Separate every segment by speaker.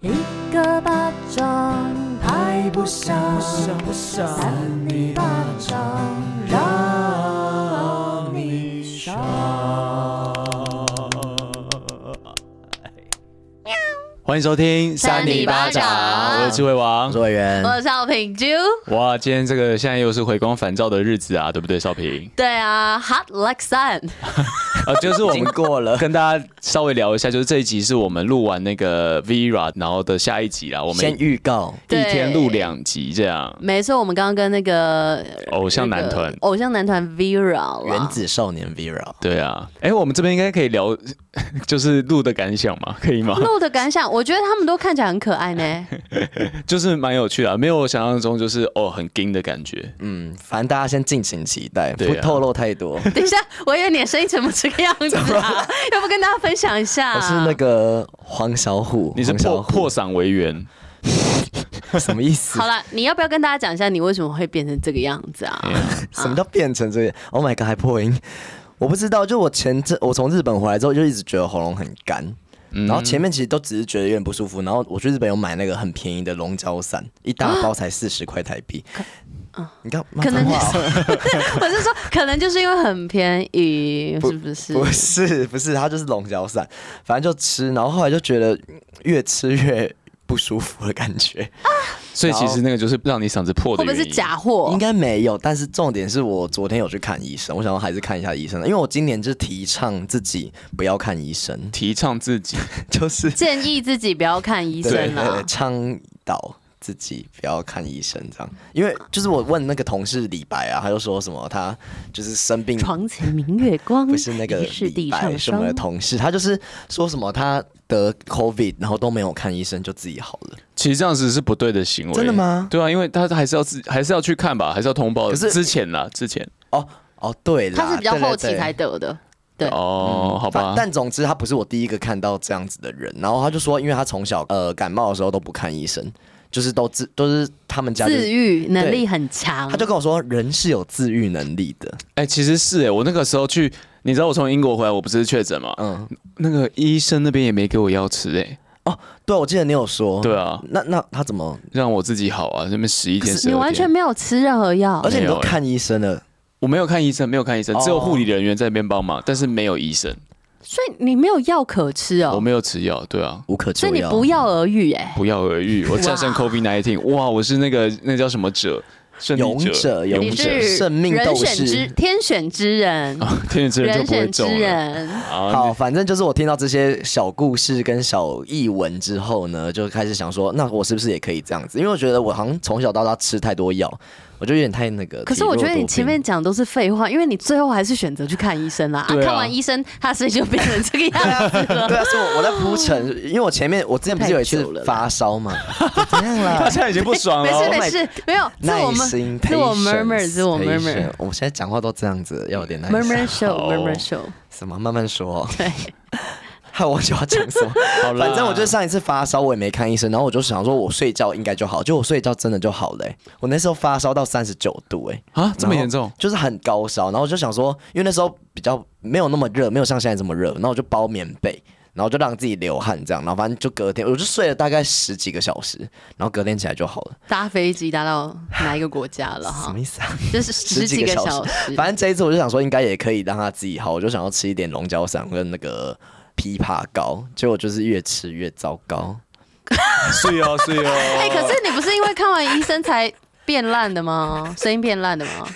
Speaker 1: 一个巴掌拍不响，
Speaker 2: 不想
Speaker 1: 扇你巴掌让你爽。
Speaker 2: 欢迎收听
Speaker 3: 扇你巴掌
Speaker 2: 我是智慧王
Speaker 4: 我是。委员，
Speaker 3: 我是少平啾，？
Speaker 2: 哇，今天这个现在又是回光返照的日子啊，对不对，少平
Speaker 3: 对啊，Hot like sun，
Speaker 2: 啊，就是我
Speaker 4: 已经
Speaker 2: 们
Speaker 4: 过了，
Speaker 2: 跟大家稍微聊一下，就是这一集是我们录完那个 Vera，然后的下一集啦，我们
Speaker 4: 先预告，
Speaker 2: 一天录
Speaker 3: 对
Speaker 2: 两集这样。
Speaker 3: 没错，我们刚刚跟那个
Speaker 2: 偶像男团
Speaker 3: 那个偶像男团 Vera 啦
Speaker 4: 原子少年 Vera，
Speaker 2: 对啊，哎、我们这边应该可以聊， 就是录的感想嘛，可以 吗？
Speaker 3: 录的感想，我觉得他们都看起来很可爱 呢。
Speaker 2: 就是蛮有趣的啊、没有我想象中就是哦很硬的感觉。
Speaker 4: 嗯，反正大家先敬请期待，
Speaker 2: 对啊
Speaker 4: 不透露太多。我
Speaker 3: 等一下，我以为你的声音怎么这个样子啊？要不跟大家分享一下？
Speaker 4: 是那个黄小虎，
Speaker 2: 你是
Speaker 4: 黄小
Speaker 2: 破
Speaker 4: 虎
Speaker 2: 破嗓为圆，
Speaker 4: 什么意思
Speaker 3: 好？了，你要不要跟大家讲一下你为什么会变成这个样子啊？
Speaker 4: 什么叫变成这个？Oh my god，还破音！我不知道，就我前阵我从日本回来之后，就一直觉得喉咙很干。然后前面其实都只是觉得有点不舒服，然后我去日本有买那个很便宜的龙角散，一大包才四十块台币。你看，骂
Speaker 3: 可能
Speaker 4: 脏话哦
Speaker 3: 我是说，可能就是因为很便宜，是不是？
Speaker 4: 不是不是，它就是龙角散，反正就吃，然后后来就觉得嗯越吃越不舒服的感觉，
Speaker 2: 所以其实那个就是让你嗓子破的
Speaker 3: 会不会
Speaker 2: 原因。
Speaker 3: 是假货
Speaker 4: 应？该没有。但是重点是我昨天有去看医生，我想要还是看一下医生的，因为我今年就是提倡自己不要看医生，
Speaker 2: 提倡自己，
Speaker 4: 就是
Speaker 3: 建议自己不要看医
Speaker 4: 对
Speaker 3: 生啊啦。
Speaker 4: 倡导。自己不要看医生，这样，因为就是我问那个同事李白啊，他就说什么他就是生病
Speaker 3: 床前明月光，
Speaker 4: 嗯不是那个
Speaker 3: 疑是
Speaker 4: 李
Speaker 3: 地
Speaker 4: 白
Speaker 3: 上
Speaker 4: 什么的
Speaker 3: 霜。
Speaker 4: 同事，他就是说什么他得 COVID，然后都没有看医生就自己好了。
Speaker 2: 其实这样子是不对的行为。
Speaker 4: 真的吗
Speaker 2: 对啊，因为他还是要自还是要去看吧，还是要通报。
Speaker 4: 可是
Speaker 2: 之前啦，之前
Speaker 4: 哦哦，对啦，
Speaker 3: 他是比较
Speaker 4: 对对
Speaker 3: 后期
Speaker 4: 对
Speaker 3: 才得的，对，
Speaker 2: 哦，好吧
Speaker 4: 嗯反。但总之他不是我第一个看到这样子的人。然后他就说，因为他从小呃感冒的时候都不看医生，就是都自都是他们家、就是
Speaker 3: 自愈能力
Speaker 4: 对
Speaker 3: 很强
Speaker 4: 他。就跟我说，人是有自愈能力的。
Speaker 2: 哎、其实是哎、我那个时候去，你知道我从英国回来，我不是确诊嘛？
Speaker 4: 嗯，
Speaker 2: 那个医生那边也没给我药吃哎、
Speaker 4: 对，我记得你有说。
Speaker 2: 对啊，
Speaker 4: 那那他怎么？
Speaker 2: 让我自己好啊，那边十一天十
Speaker 3: 你
Speaker 2: 二
Speaker 3: 完全
Speaker 2: 天，
Speaker 3: 没有吃任何药
Speaker 4: 而，且你
Speaker 2: 没
Speaker 4: 都
Speaker 2: 有欸
Speaker 4: 看医生了，
Speaker 2: 我没有看医生，没有看医生，只有
Speaker 4: 哦
Speaker 2: 护理人员在那边帮忙，但是没有医生，
Speaker 3: 所以你没有药可吃
Speaker 2: 我
Speaker 3: 哦，
Speaker 2: 没有吃药，对啊。
Speaker 4: 无可救
Speaker 3: 所以
Speaker 4: 药。
Speaker 3: 你不药而愈哎。
Speaker 2: 不药而愈，我战胜 COVID 1 9哇，我是那个那叫什么者，胜利
Speaker 4: 勇者勇
Speaker 3: 你
Speaker 2: 勇
Speaker 4: 者
Speaker 2: 者，
Speaker 3: 是
Speaker 4: 生命
Speaker 3: 人
Speaker 4: 斗
Speaker 3: 选
Speaker 4: 士
Speaker 3: 之天选之人，
Speaker 2: 天选之啊人就
Speaker 3: 人
Speaker 2: 不会
Speaker 3: 选之
Speaker 2: 中了
Speaker 3: 人，
Speaker 2: 啊
Speaker 4: 好，反正就是我听到这些小故事跟小译文之后呢，就开始想说，那我是不是也可以这样子？因为我觉得我好像从小到大吃太多药，我就有点太那个。
Speaker 3: 可是我觉得
Speaker 4: 体弱
Speaker 3: 你
Speaker 4: 多
Speaker 3: 前
Speaker 4: 病
Speaker 3: 面讲都是废话，因为你最后还是选择去看医生啦。啊
Speaker 2: 对啊
Speaker 3: 看完医生，他所以就变成这个样子 了。
Speaker 4: 对啊，所以我我在铺陈，因为我前面我之前不是有一次发烧嘛，怎样
Speaker 2: 他
Speaker 4: 啦？
Speaker 2: 现在已经不爽
Speaker 3: 没事
Speaker 2: 了。
Speaker 3: 没事，没有，是
Speaker 4: 耐
Speaker 3: 我
Speaker 4: 心
Speaker 3: 们，
Speaker 4: 陪
Speaker 3: 是我 murmur，是我 murmur，murmur
Speaker 4: 我们现在讲话都这样子，要有点耐
Speaker 3: murmur
Speaker 4: 心。
Speaker 2: 好
Speaker 3: show，murmur show。
Speaker 4: 什么？慢慢说。
Speaker 3: 对，
Speaker 4: 害我就要讲什 么？
Speaker 2: 好啦
Speaker 4: 反正我就上一次发烧，我也没看医生，然后我就想说，我睡觉应该就好，就我睡觉真的就好了、欸我那时候发烧到三十九度、欸，
Speaker 2: 啊，这么严重
Speaker 4: 然后，就是很高烧。然后我就想说，因为那时候比较没有那么热，没有像现在这么热，然后我就包棉被，然后就让自己流汗，这样，然后反正就隔天我就睡了大概十几个小时，然后隔天起来就好了。
Speaker 3: 搭飞机搭到哪一个国家了
Speaker 4: 什
Speaker 3: 哈
Speaker 4: 么？意 思啊？
Speaker 3: 就是十几个小时。
Speaker 4: 反正这一次我就想说，应该也可以让他自己好，我就想要吃一点龙角散跟那个枇杷膏，结果就是越吃越糟糕。
Speaker 2: 是哦是哦。
Speaker 3: 哎，可是你不是因为看完医生才变烂的吗？声音变烂的吗？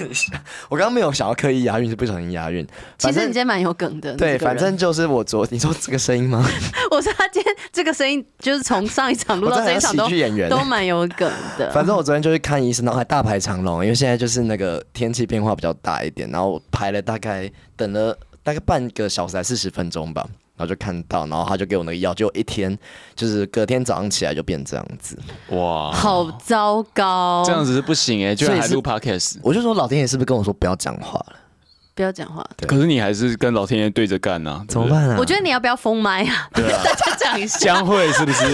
Speaker 4: 我刚刚没有想要刻意押韵，是不小心押韵。
Speaker 3: 其
Speaker 4: 反
Speaker 3: 实
Speaker 4: 正
Speaker 3: 你今天蛮有梗的。
Speaker 4: 对，
Speaker 3: 你这个
Speaker 4: 反
Speaker 3: 人
Speaker 4: 正就是我昨你说这个声音吗？
Speaker 3: 我说他今天这个声音，就是从上一场录
Speaker 4: 我
Speaker 3: 到
Speaker 4: 真的
Speaker 3: 这一
Speaker 4: 很
Speaker 3: 场
Speaker 4: 喜
Speaker 3: 都
Speaker 4: 剧演员。
Speaker 3: 都蛮有梗的。
Speaker 4: 反正我昨天就去看医生，然后还大排长龙，因为现在就是那个天气变化比较大一点，然后我排了大概等了大概半个小时还四十分钟吧，然后就看到，然后他就给我那个药，就一天，就是隔天早上起来就变这样子，
Speaker 2: 哇，
Speaker 3: 好糟糕，
Speaker 2: 这样子是不行哎，居然还
Speaker 4: 所以
Speaker 2: 录 podcast。
Speaker 4: 我就说老天爷是不是跟我说不要讲话了？
Speaker 3: 不要讲话。
Speaker 4: 对
Speaker 2: 可是你还是跟老天爷对着干呐，
Speaker 4: 怎么办啊？
Speaker 3: 我觉得你要不要封麦啊？
Speaker 2: 对不对？对啊，
Speaker 3: 大家讲一下。
Speaker 2: 将会是不 是？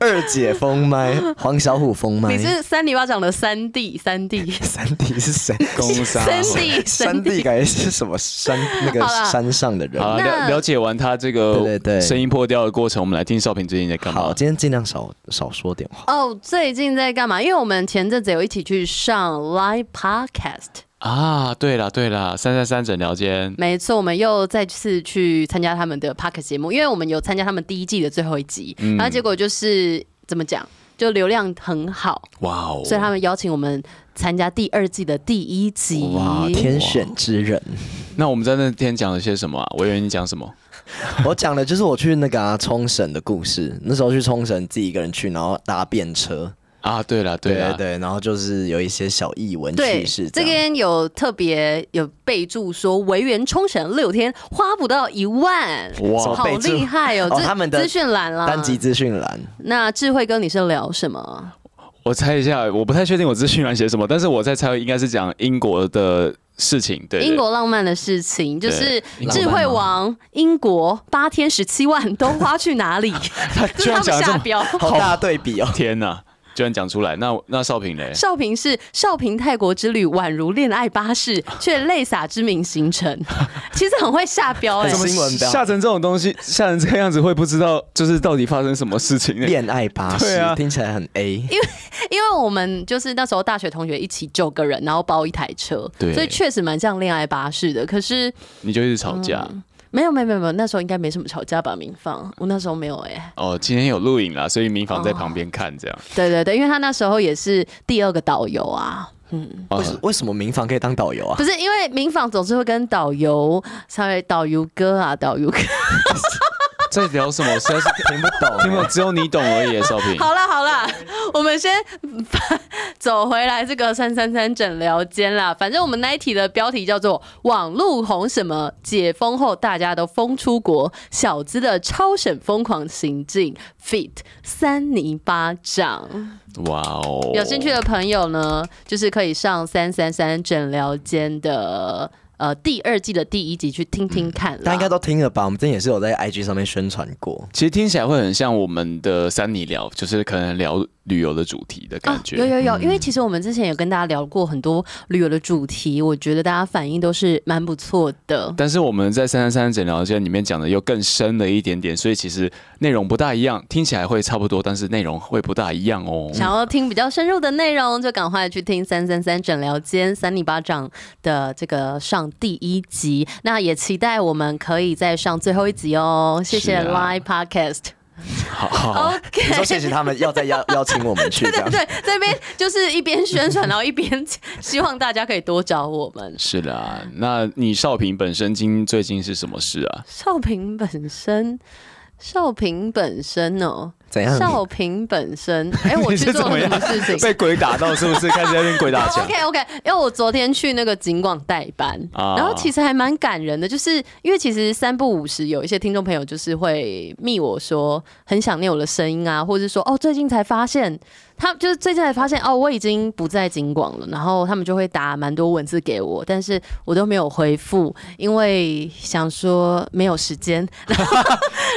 Speaker 4: 二姐封 麦，黄小虎封麦，
Speaker 3: 你是三里巴掌的三弟，三弟，
Speaker 4: 三弟是谁？
Speaker 2: 攻杀
Speaker 3: 三弟，
Speaker 4: 三
Speaker 3: 三
Speaker 4: 弟
Speaker 3: 弟。
Speaker 4: 感觉是什么山那个
Speaker 3: 好啦
Speaker 4: 山上的人。
Speaker 2: 好，啊了
Speaker 3: 那
Speaker 2: 了解完他这个
Speaker 4: 对对对
Speaker 2: 声音破掉的过程，我们来听少平最近在干
Speaker 4: 好，
Speaker 2: 嘛？
Speaker 4: 今天尽量少少说点话。
Speaker 3: 哦，最近在干嘛？因为我们前阵子有一起去上 live podcast，
Speaker 2: 啊，对了对了，三三三诊疗间，
Speaker 3: 没错，我们又再次去参加他们的 podcast 节目，因为我们有参加他们第一季的最后一集，
Speaker 4: 嗯
Speaker 3: 然后结果就是怎么讲，就流量很好，
Speaker 2: 哇哦，
Speaker 3: 所以他们邀请我们参加第二季的第一集。
Speaker 4: 哇，天选之人！
Speaker 2: 那我们在那天讲了些什么啊？我以为你讲什么？
Speaker 4: 我讲的就是我去那个、啊、冲绳的故事。那时候去冲绳，自己一个人去，然后搭便车。
Speaker 2: 啊，对了对
Speaker 4: 对
Speaker 2: 了，
Speaker 4: 对，然后就是有一些小译文
Speaker 3: 对
Speaker 4: 趣事。，
Speaker 3: 这
Speaker 4: 样
Speaker 3: 边有特别有备注说，维园冲绳六天花不到一万，
Speaker 2: 哇
Speaker 4: 什么
Speaker 3: 好
Speaker 4: 备注
Speaker 3: 厉害哦！
Speaker 4: 哦
Speaker 3: 这
Speaker 4: 他们的
Speaker 3: 资讯栏啦，
Speaker 4: 单集资讯栏，
Speaker 3: 那智慧哥你是聊什么？
Speaker 2: 我猜一下，我不太确定我资讯栏写什么，但是我在猜应该是讲英国的事情，对，对
Speaker 3: 英国浪漫的事情就是
Speaker 2: 对
Speaker 3: 智慧王，英国八天十七万都花去 哪里？
Speaker 2: 他
Speaker 3: 这
Speaker 2: 居
Speaker 3: 是
Speaker 2: 然
Speaker 3: 他
Speaker 2: 讲
Speaker 3: 们
Speaker 2: 得
Speaker 3: 下
Speaker 2: 这么，
Speaker 3: 标。
Speaker 4: 好大对比哦。
Speaker 2: 天哪，居然讲出来，那那少平嘞？
Speaker 3: 少平是少平泰国之旅宛如恋爱 巴士，却泪洒知名行程。其实很会下标哎、
Speaker 4: 怎么新闻标
Speaker 2: 吓成这种东西，吓成这样子，会不知道就是到底发生什么事情呢？
Speaker 4: 恋爱巴士、
Speaker 2: 对啊
Speaker 4: 听起来很 A，
Speaker 3: 因为我们就是那时候大学同学一起九个人，然后包一台车，
Speaker 2: 对
Speaker 3: 所以确实蛮像恋爱巴士的。可是
Speaker 2: 你就一直吵架。
Speaker 3: 没有没有没有没有，那时候应该没什么吵架吧？明放，我那时候没有哎、
Speaker 2: 哦，今天有录影啦，所以民房在旁边看这样。
Speaker 3: 对对对，因为他那时候也是第二个导游啊，
Speaker 2: 哦
Speaker 4: 为什为什么民房可以当导游啊
Speaker 3: 不？是因为民访总是会跟导游，稍微导游哥啊，导游哥。
Speaker 2: 在聊什么？实在是
Speaker 4: 听不懂、
Speaker 2: 听不懂，只有你懂而已。少平，
Speaker 3: 好啦好啦，我们先走回来这个三三三诊疗间啦。反正我们那一题的标题叫做“网路红什么？解封后大家都疯出国，小资的超省疯狂行径 fit 三泥巴掌”。
Speaker 2: 哇哦，
Speaker 3: 有兴趣的朋友呢，就是可以上三三三诊疗间的。呃，第二季的第一集去听听看啦、
Speaker 4: 大家应该都听了吧？我们之前也是有在 IG 上面宣传 过。
Speaker 2: 其实听起来会很像我们的三你聊，就是可能聊旅游的主题的感觉。
Speaker 3: 啊哦有有有，因为其实我们之前有跟大家聊过很多旅游的主题，我觉得大家反应都是蛮不错的。
Speaker 2: 但是我们在三三三诊疗间里面讲的又更深了一点点，所以其实内容不大一样，听起来会差不多，但是内容会不大一样哦。
Speaker 3: 想要听比较深入的内容，就赶快去听三三三诊疗间三里巴掌的这个上第一集。那也期待我们可以再上最后一集哦。谢谢
Speaker 2: 是啊
Speaker 3: Live Podcast。
Speaker 2: 好好好
Speaker 3: OK，
Speaker 4: 你说谢谢他们要再 邀邀请我们去这样，
Speaker 3: 对，这边就是一边宣传，然后一边 希望大家可以多找我们。
Speaker 2: 是啦，那你少平本身今最近是什么事啊？
Speaker 3: 少平本身，少平本身哦。
Speaker 4: 怎样？
Speaker 3: 少平 本身，哎、我
Speaker 2: 你
Speaker 3: 去
Speaker 2: 是
Speaker 3: 做
Speaker 2: 怎
Speaker 3: 了什
Speaker 2: 样
Speaker 3: 么事情
Speaker 2: 被鬼打到是不是？开始在那边鬼 打墙。
Speaker 3: ？OK OK，因为我昨天去那个景广代班，
Speaker 2: 啊
Speaker 3: 然后其实还蛮感人的，就是因为其实三不五十有一些听众朋友就是会密我说很想念我的声音啊，或者是说哦最近才发现他就是最近才发现哦我已经不在景广了，然后他们就会打蛮多文字给我，但是我都没有回复，因为想说没有时间。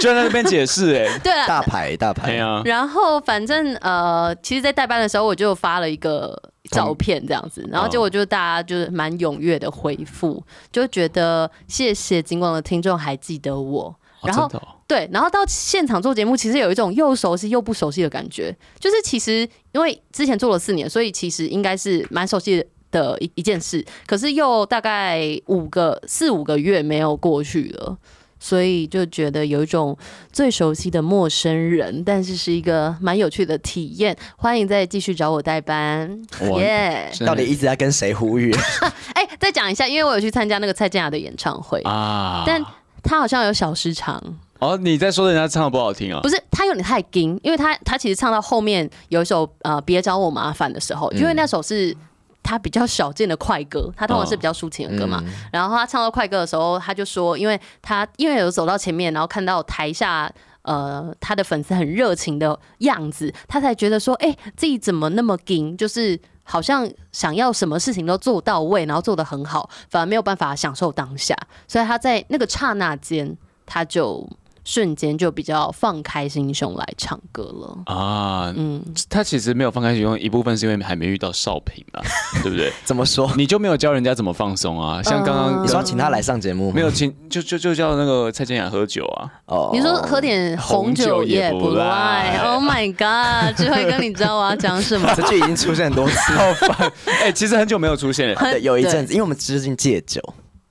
Speaker 2: 就在那边解释哎、 欸，
Speaker 3: 对了，
Speaker 4: 大牌大
Speaker 2: 哎
Speaker 4: 牌，
Speaker 2: 呀，
Speaker 3: 然后反正呃，其实，在代班的时候，我就发了一个照片这样子，然后结果就大家就是蛮踊跃的回复，就觉得谢谢金广的听众还记得我。然后、
Speaker 2: 哦真的哦
Speaker 3: 对，然后到现场做节目，其实有一种又熟悉又不熟悉的感觉。就是其实因为之前做了四年，所以其实应该是蛮熟悉的一一件事，可是又大概五个四五个月没有过去了，所以就觉得有一种最熟悉的陌生人，但是是一个蛮有趣的体验。欢迎再继续找我代班，
Speaker 2: 哇
Speaker 3: 耶！
Speaker 2: 真的
Speaker 4: 到底一直在跟谁呼吁？
Speaker 3: 哎、再讲一下，因为我有去参加那个蔡健雅的演唱会，
Speaker 2: 啊？
Speaker 3: 但她好像有小时长，
Speaker 2: 哦，你在说人家唱的不好听啊？
Speaker 3: 不是她有点太硬，因为她她其实唱到后面有一首呃别找我麻烦的时候，因为那首是。她比较少见的快歌，她通常是比较抒情的歌嘛。然后她唱到快歌的时候，她就说，因为她因为有走到前面，然后看到台下呃她的粉丝很热情的样子，她才觉得说，哎、自己怎么那么硬，就是好像想要什么事情都做到位，然后做得很好，反而没有办法享受当下。所以他在那个刹那间，他就瞬间就比较放开心胸来唱歌了。
Speaker 2: 啊，嗯，他其实没有放开心胸，一部分是因为还没遇到少平啊，对不对？
Speaker 4: 怎么说？
Speaker 2: 你就没有教人家怎么放松啊，像刚刚
Speaker 3: 嗯
Speaker 4: 你说要请他来上节目吗
Speaker 2: 没有请，就就就叫那个蔡健雅喝酒啊，
Speaker 4: 哦？
Speaker 3: 你说喝点红酒也不
Speaker 2: 红酒也不
Speaker 3: 赖
Speaker 2: 赖
Speaker 3: ，Oh my god！智慧哥，你知道我要讲什么
Speaker 4: 这句已经出现很多 次，
Speaker 2: 好烦，哎，其实很久没有出现了
Speaker 4: 对有一阵子，因为我们最近戒酒，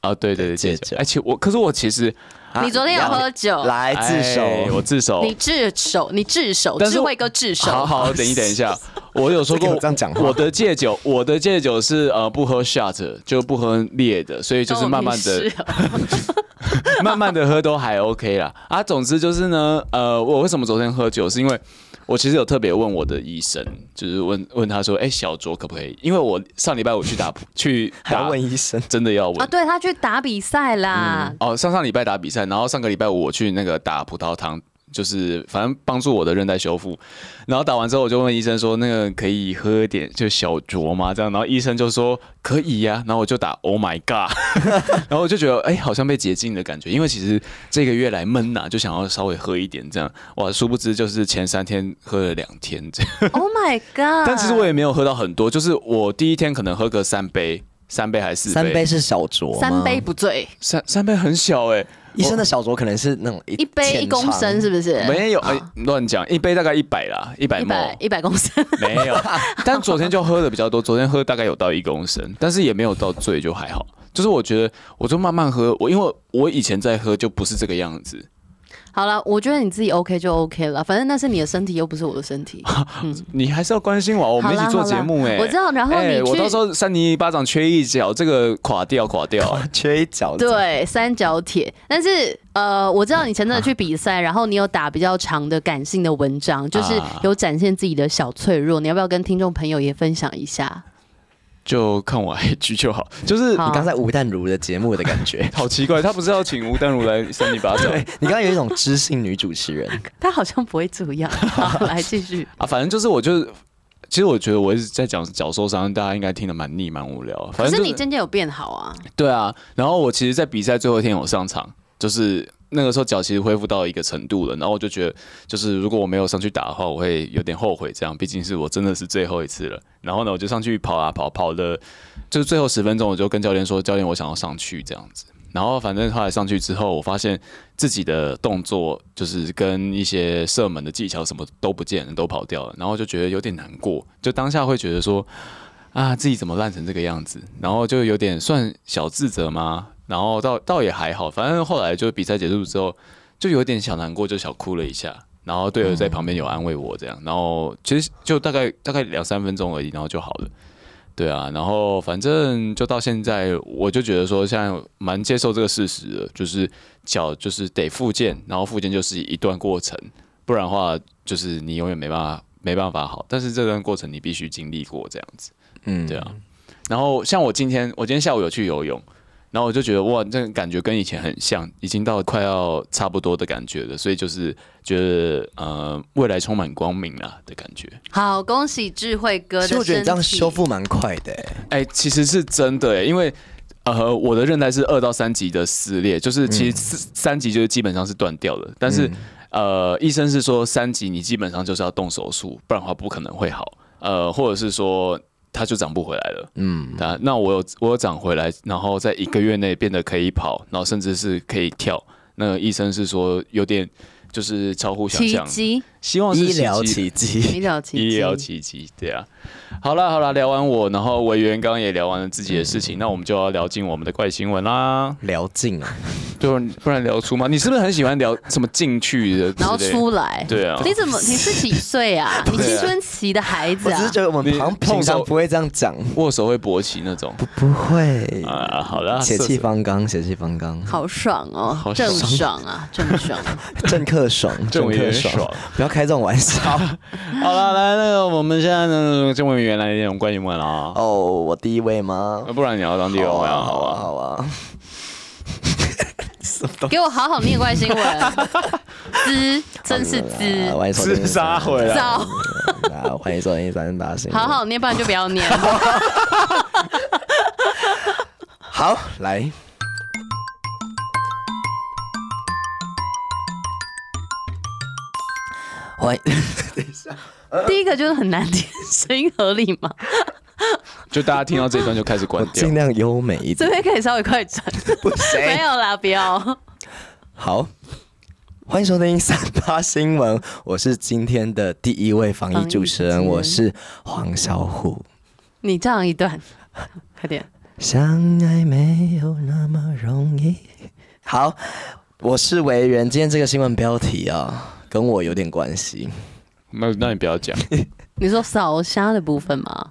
Speaker 2: 啊，对对对，
Speaker 4: 戒
Speaker 2: 戒
Speaker 4: 酒
Speaker 2: 酒，而且我，可是我其实
Speaker 4: 啊
Speaker 3: 你昨天有喝酒？
Speaker 4: 来自
Speaker 2: 哎
Speaker 4: 首
Speaker 2: 我，自首，
Speaker 3: 你炙手，你炙手，
Speaker 2: 但是
Speaker 3: 智慧哥炙手。
Speaker 2: 好好，等一等一下，我有说
Speaker 4: 这个
Speaker 2: 过
Speaker 4: 有这样讲话
Speaker 2: 我的戒酒，我的戒酒是呃不喝 shot，就不喝烈的，所以就是慢慢
Speaker 3: 关我屁
Speaker 2: 的
Speaker 3: 事、啊
Speaker 2: 慢慢的喝都还 OK 啦。啊，总之就是呢，呃，我为什么昨天喝酒，是因为我其实有特别问我的医生，就是问问他说，哎、小酌可不可以？因为我上礼拜我去打去
Speaker 4: 还
Speaker 2: 打
Speaker 4: 要问医生，
Speaker 2: 真的要
Speaker 3: 啊！
Speaker 2: 问。
Speaker 3: 对他去打比赛啦，
Speaker 2: 哦，上上礼拜打比赛，然后上个礼拜五我去那个打葡萄糖，就是反正帮助我的韧带修复。然后打完之后，我就问医生说：“那个可以喝点就小酌吗？”这样，然后医生就说：“可以呀、然后我就打 “Oh my god”，然 后我就觉得哎、好像被解禁的感觉，因为其实这个月来闷呐、就想要稍微喝一点这样。哇，殊不知就是前三天喝了两天 这样，
Speaker 3: Oh my
Speaker 2: 嗯
Speaker 3: god！
Speaker 2: 但其实我也没有喝到很多，就是我第一天可能喝个三杯。三杯还是四
Speaker 4: 三杯
Speaker 2: 杯？
Speaker 4: 是小酌吗，
Speaker 3: 三杯不醉，
Speaker 2: 三三杯很小哎、
Speaker 4: 医生的小酌可能是那种
Speaker 3: 一
Speaker 4: 一
Speaker 3: 杯一公升，是不是？
Speaker 2: 没哦有，哎、乱讲，一杯大概一百啦，一百
Speaker 3: 哦一
Speaker 2: 沫，
Speaker 3: 百一百公升，
Speaker 2: 没有。 但昨天就喝的比较多，昨天喝大概有到一公升，但是也没有到醉，就还好。就是我觉得，我就慢慢喝，我因为我以前在喝就不是这个样子，
Speaker 3: 好了，我觉得你自己 OK 就 OK 了，反正那是你的身体，又不是我的身体。
Speaker 2: 你还是要关心我，我们一起做节目
Speaker 3: 好啦啊
Speaker 2: 哎、
Speaker 3: 我知道然后你
Speaker 2: 哎
Speaker 3: 去
Speaker 2: 我到时候扇你一巴掌缺一脚，这个垮掉垮 掉。
Speaker 4: 缺一角。，
Speaker 3: 对，啊三角铁。但是呃，我知道你前阵子去比赛，然后你有打比较长的感性的文章，就是
Speaker 2: 啊
Speaker 3: 有展现自己的小脆弱。你要不要跟听众朋友也分享一下？
Speaker 2: 就看我 IG 就好，就是，
Speaker 3: 好
Speaker 4: 你刚才吴淡如的节目的感觉
Speaker 2: 好奇怪，他不是要请吴淡如来扇你一巴掌
Speaker 4: 对你刚刚有一种知性女主持人，
Speaker 3: 他好像不会这 样。好，来继续。
Speaker 2: 啊？反正就是我就是，其实我觉得我一直在讲脚受伤，大家应该听得蛮腻蛮无聊。反
Speaker 3: 可
Speaker 2: 正、就是是、
Speaker 3: 你渐渐有变好啊，
Speaker 2: 对啊，然后我其实，在比赛最后一天有上场，就是那个时候脚其实恢复到一个程度了，然后我就觉得，就是如果我没有上去打的话，我会有点后悔，这样，毕竟是我真的是最后一次了。然后呢，我就上去跑啊跑，跑的就是最后十分钟，我就跟教练说，教练，我想要上去这样子。然后反正后来上去之后，我发现自己的动作就是跟一些射门的技巧什么都不见了，都跑掉了，然后就觉得有点难过，就当下会觉得说，啊，自己怎么烂成这个样子，然后就有点算小自责吗？然后倒倒也还好，反正后来就比赛结束之后，就有点小难过，就小哭了一下。然后队友在旁边有安慰我这样，然后其实就大概大概两三分钟而已，然后就好了。对啊，然后反正就到现在，我就觉得说，现在蛮接受这个事实的，就是脚就是得复健，然后复健就是一段过程，不然的话就是你永远没办法没办法好，但是这段过程你必须经历过这样子。
Speaker 4: 嗯，
Speaker 2: 对啊。然后像我今天，我今天下午有去游泳，然后我就觉得哇，这个感觉跟以前很像，已经到快要差不多的感觉了，所以就是觉得呃，未来充满光明啦的感觉。
Speaker 3: 好，恭喜智慧哥的
Speaker 4: 其实我觉得你这样
Speaker 3: 身体
Speaker 4: 修复蛮快的欸，
Speaker 2: 哎、其实是真的耶，因为。呃，我的韧带是二到三级的撕裂，就是其实
Speaker 4: 嗯
Speaker 2: 四三级就是基本上是断掉的，但是、呃，医生是说三级你基本上就是要动手术，不然的话不可能会好，呃，或者是说它就长不回来了。
Speaker 4: 嗯，
Speaker 2: 啊，那我有我有长回来，然后在一个月内变得可以跑，然后甚至是可以跳。那医生是说有点就是超乎想
Speaker 3: 奇
Speaker 2: 象，
Speaker 3: 迹，
Speaker 2: 希望是
Speaker 4: 医疗
Speaker 2: 奇迹
Speaker 4: 奇迹，
Speaker 3: 医疗奇迹，
Speaker 2: 医疗奇迹，对啊。好啦好啦，聊完我，然后委员刚刚也聊完了自己的事情，那我们就要聊进我们的怪新闻啦，
Speaker 4: 疗尽啊，
Speaker 2: 就不然聊出吗？你是不是很喜欢聊什么进去的之
Speaker 3: 然后
Speaker 2: 类？
Speaker 3: 出来。
Speaker 2: 对啊，
Speaker 3: 你怎么？你是几岁 啊？你青春期的孩子
Speaker 4: 我只
Speaker 3: 啊
Speaker 4: 是？觉得我们
Speaker 2: 你
Speaker 4: 好像平
Speaker 2: 碰
Speaker 4: 常
Speaker 2: 手
Speaker 4: 不会这样讲，
Speaker 2: 握手会勃起那种
Speaker 4: 不会，
Speaker 2: 啊？好啦，
Speaker 4: 血气
Speaker 2: 色
Speaker 4: 方刚，血气方刚，
Speaker 3: 好爽哦，
Speaker 2: 好
Speaker 3: 郑
Speaker 2: 爽
Speaker 3: 爽啊，郑爽。
Speaker 4: 政客爽，
Speaker 2: 这
Speaker 4: 政
Speaker 2: 种
Speaker 4: 客
Speaker 2: 也爽。
Speaker 4: 不要开这种玩笑。
Speaker 2: 好了，来，那个我们现在呢，中文原来那种怪新闻啊，
Speaker 4: 哦，我第一位吗？
Speaker 2: 不然你要当第二位啊？好
Speaker 4: 好啊，
Speaker 2: 啊，
Speaker 4: 好啊。什么东西？
Speaker 3: 给我好好念怪新闻， 滋，真是滋
Speaker 4: 啊，欢迎收听
Speaker 2: 自杀回来
Speaker 3: 造，
Speaker 4: 啊！欢迎收听三八新闻。
Speaker 3: 好好念，不然就不要 念。
Speaker 4: 好，来，欢迎。
Speaker 3: 第一个就是很难听，声音合理吗？
Speaker 2: 就大家听到这一段就开始关
Speaker 4: 我
Speaker 2: 掉
Speaker 4: 尽。量优美一
Speaker 3: 这
Speaker 4: 点。
Speaker 3: 边可以稍微快 转，
Speaker 4: 不行
Speaker 3: 没有啦，不要。
Speaker 4: 好，欢迎收听三八新闻，我是今天的第一位防疫
Speaker 3: 防
Speaker 4: 主持人，
Speaker 3: 疫主持人
Speaker 4: 我是黄小虎。
Speaker 3: 你这样一段，快点。
Speaker 4: 相爱没有那么容易。好，我是维园，今天这个新闻标题啊，跟我有点关系。
Speaker 2: 那那你不要讲，
Speaker 3: 你说扫虾的部分吗？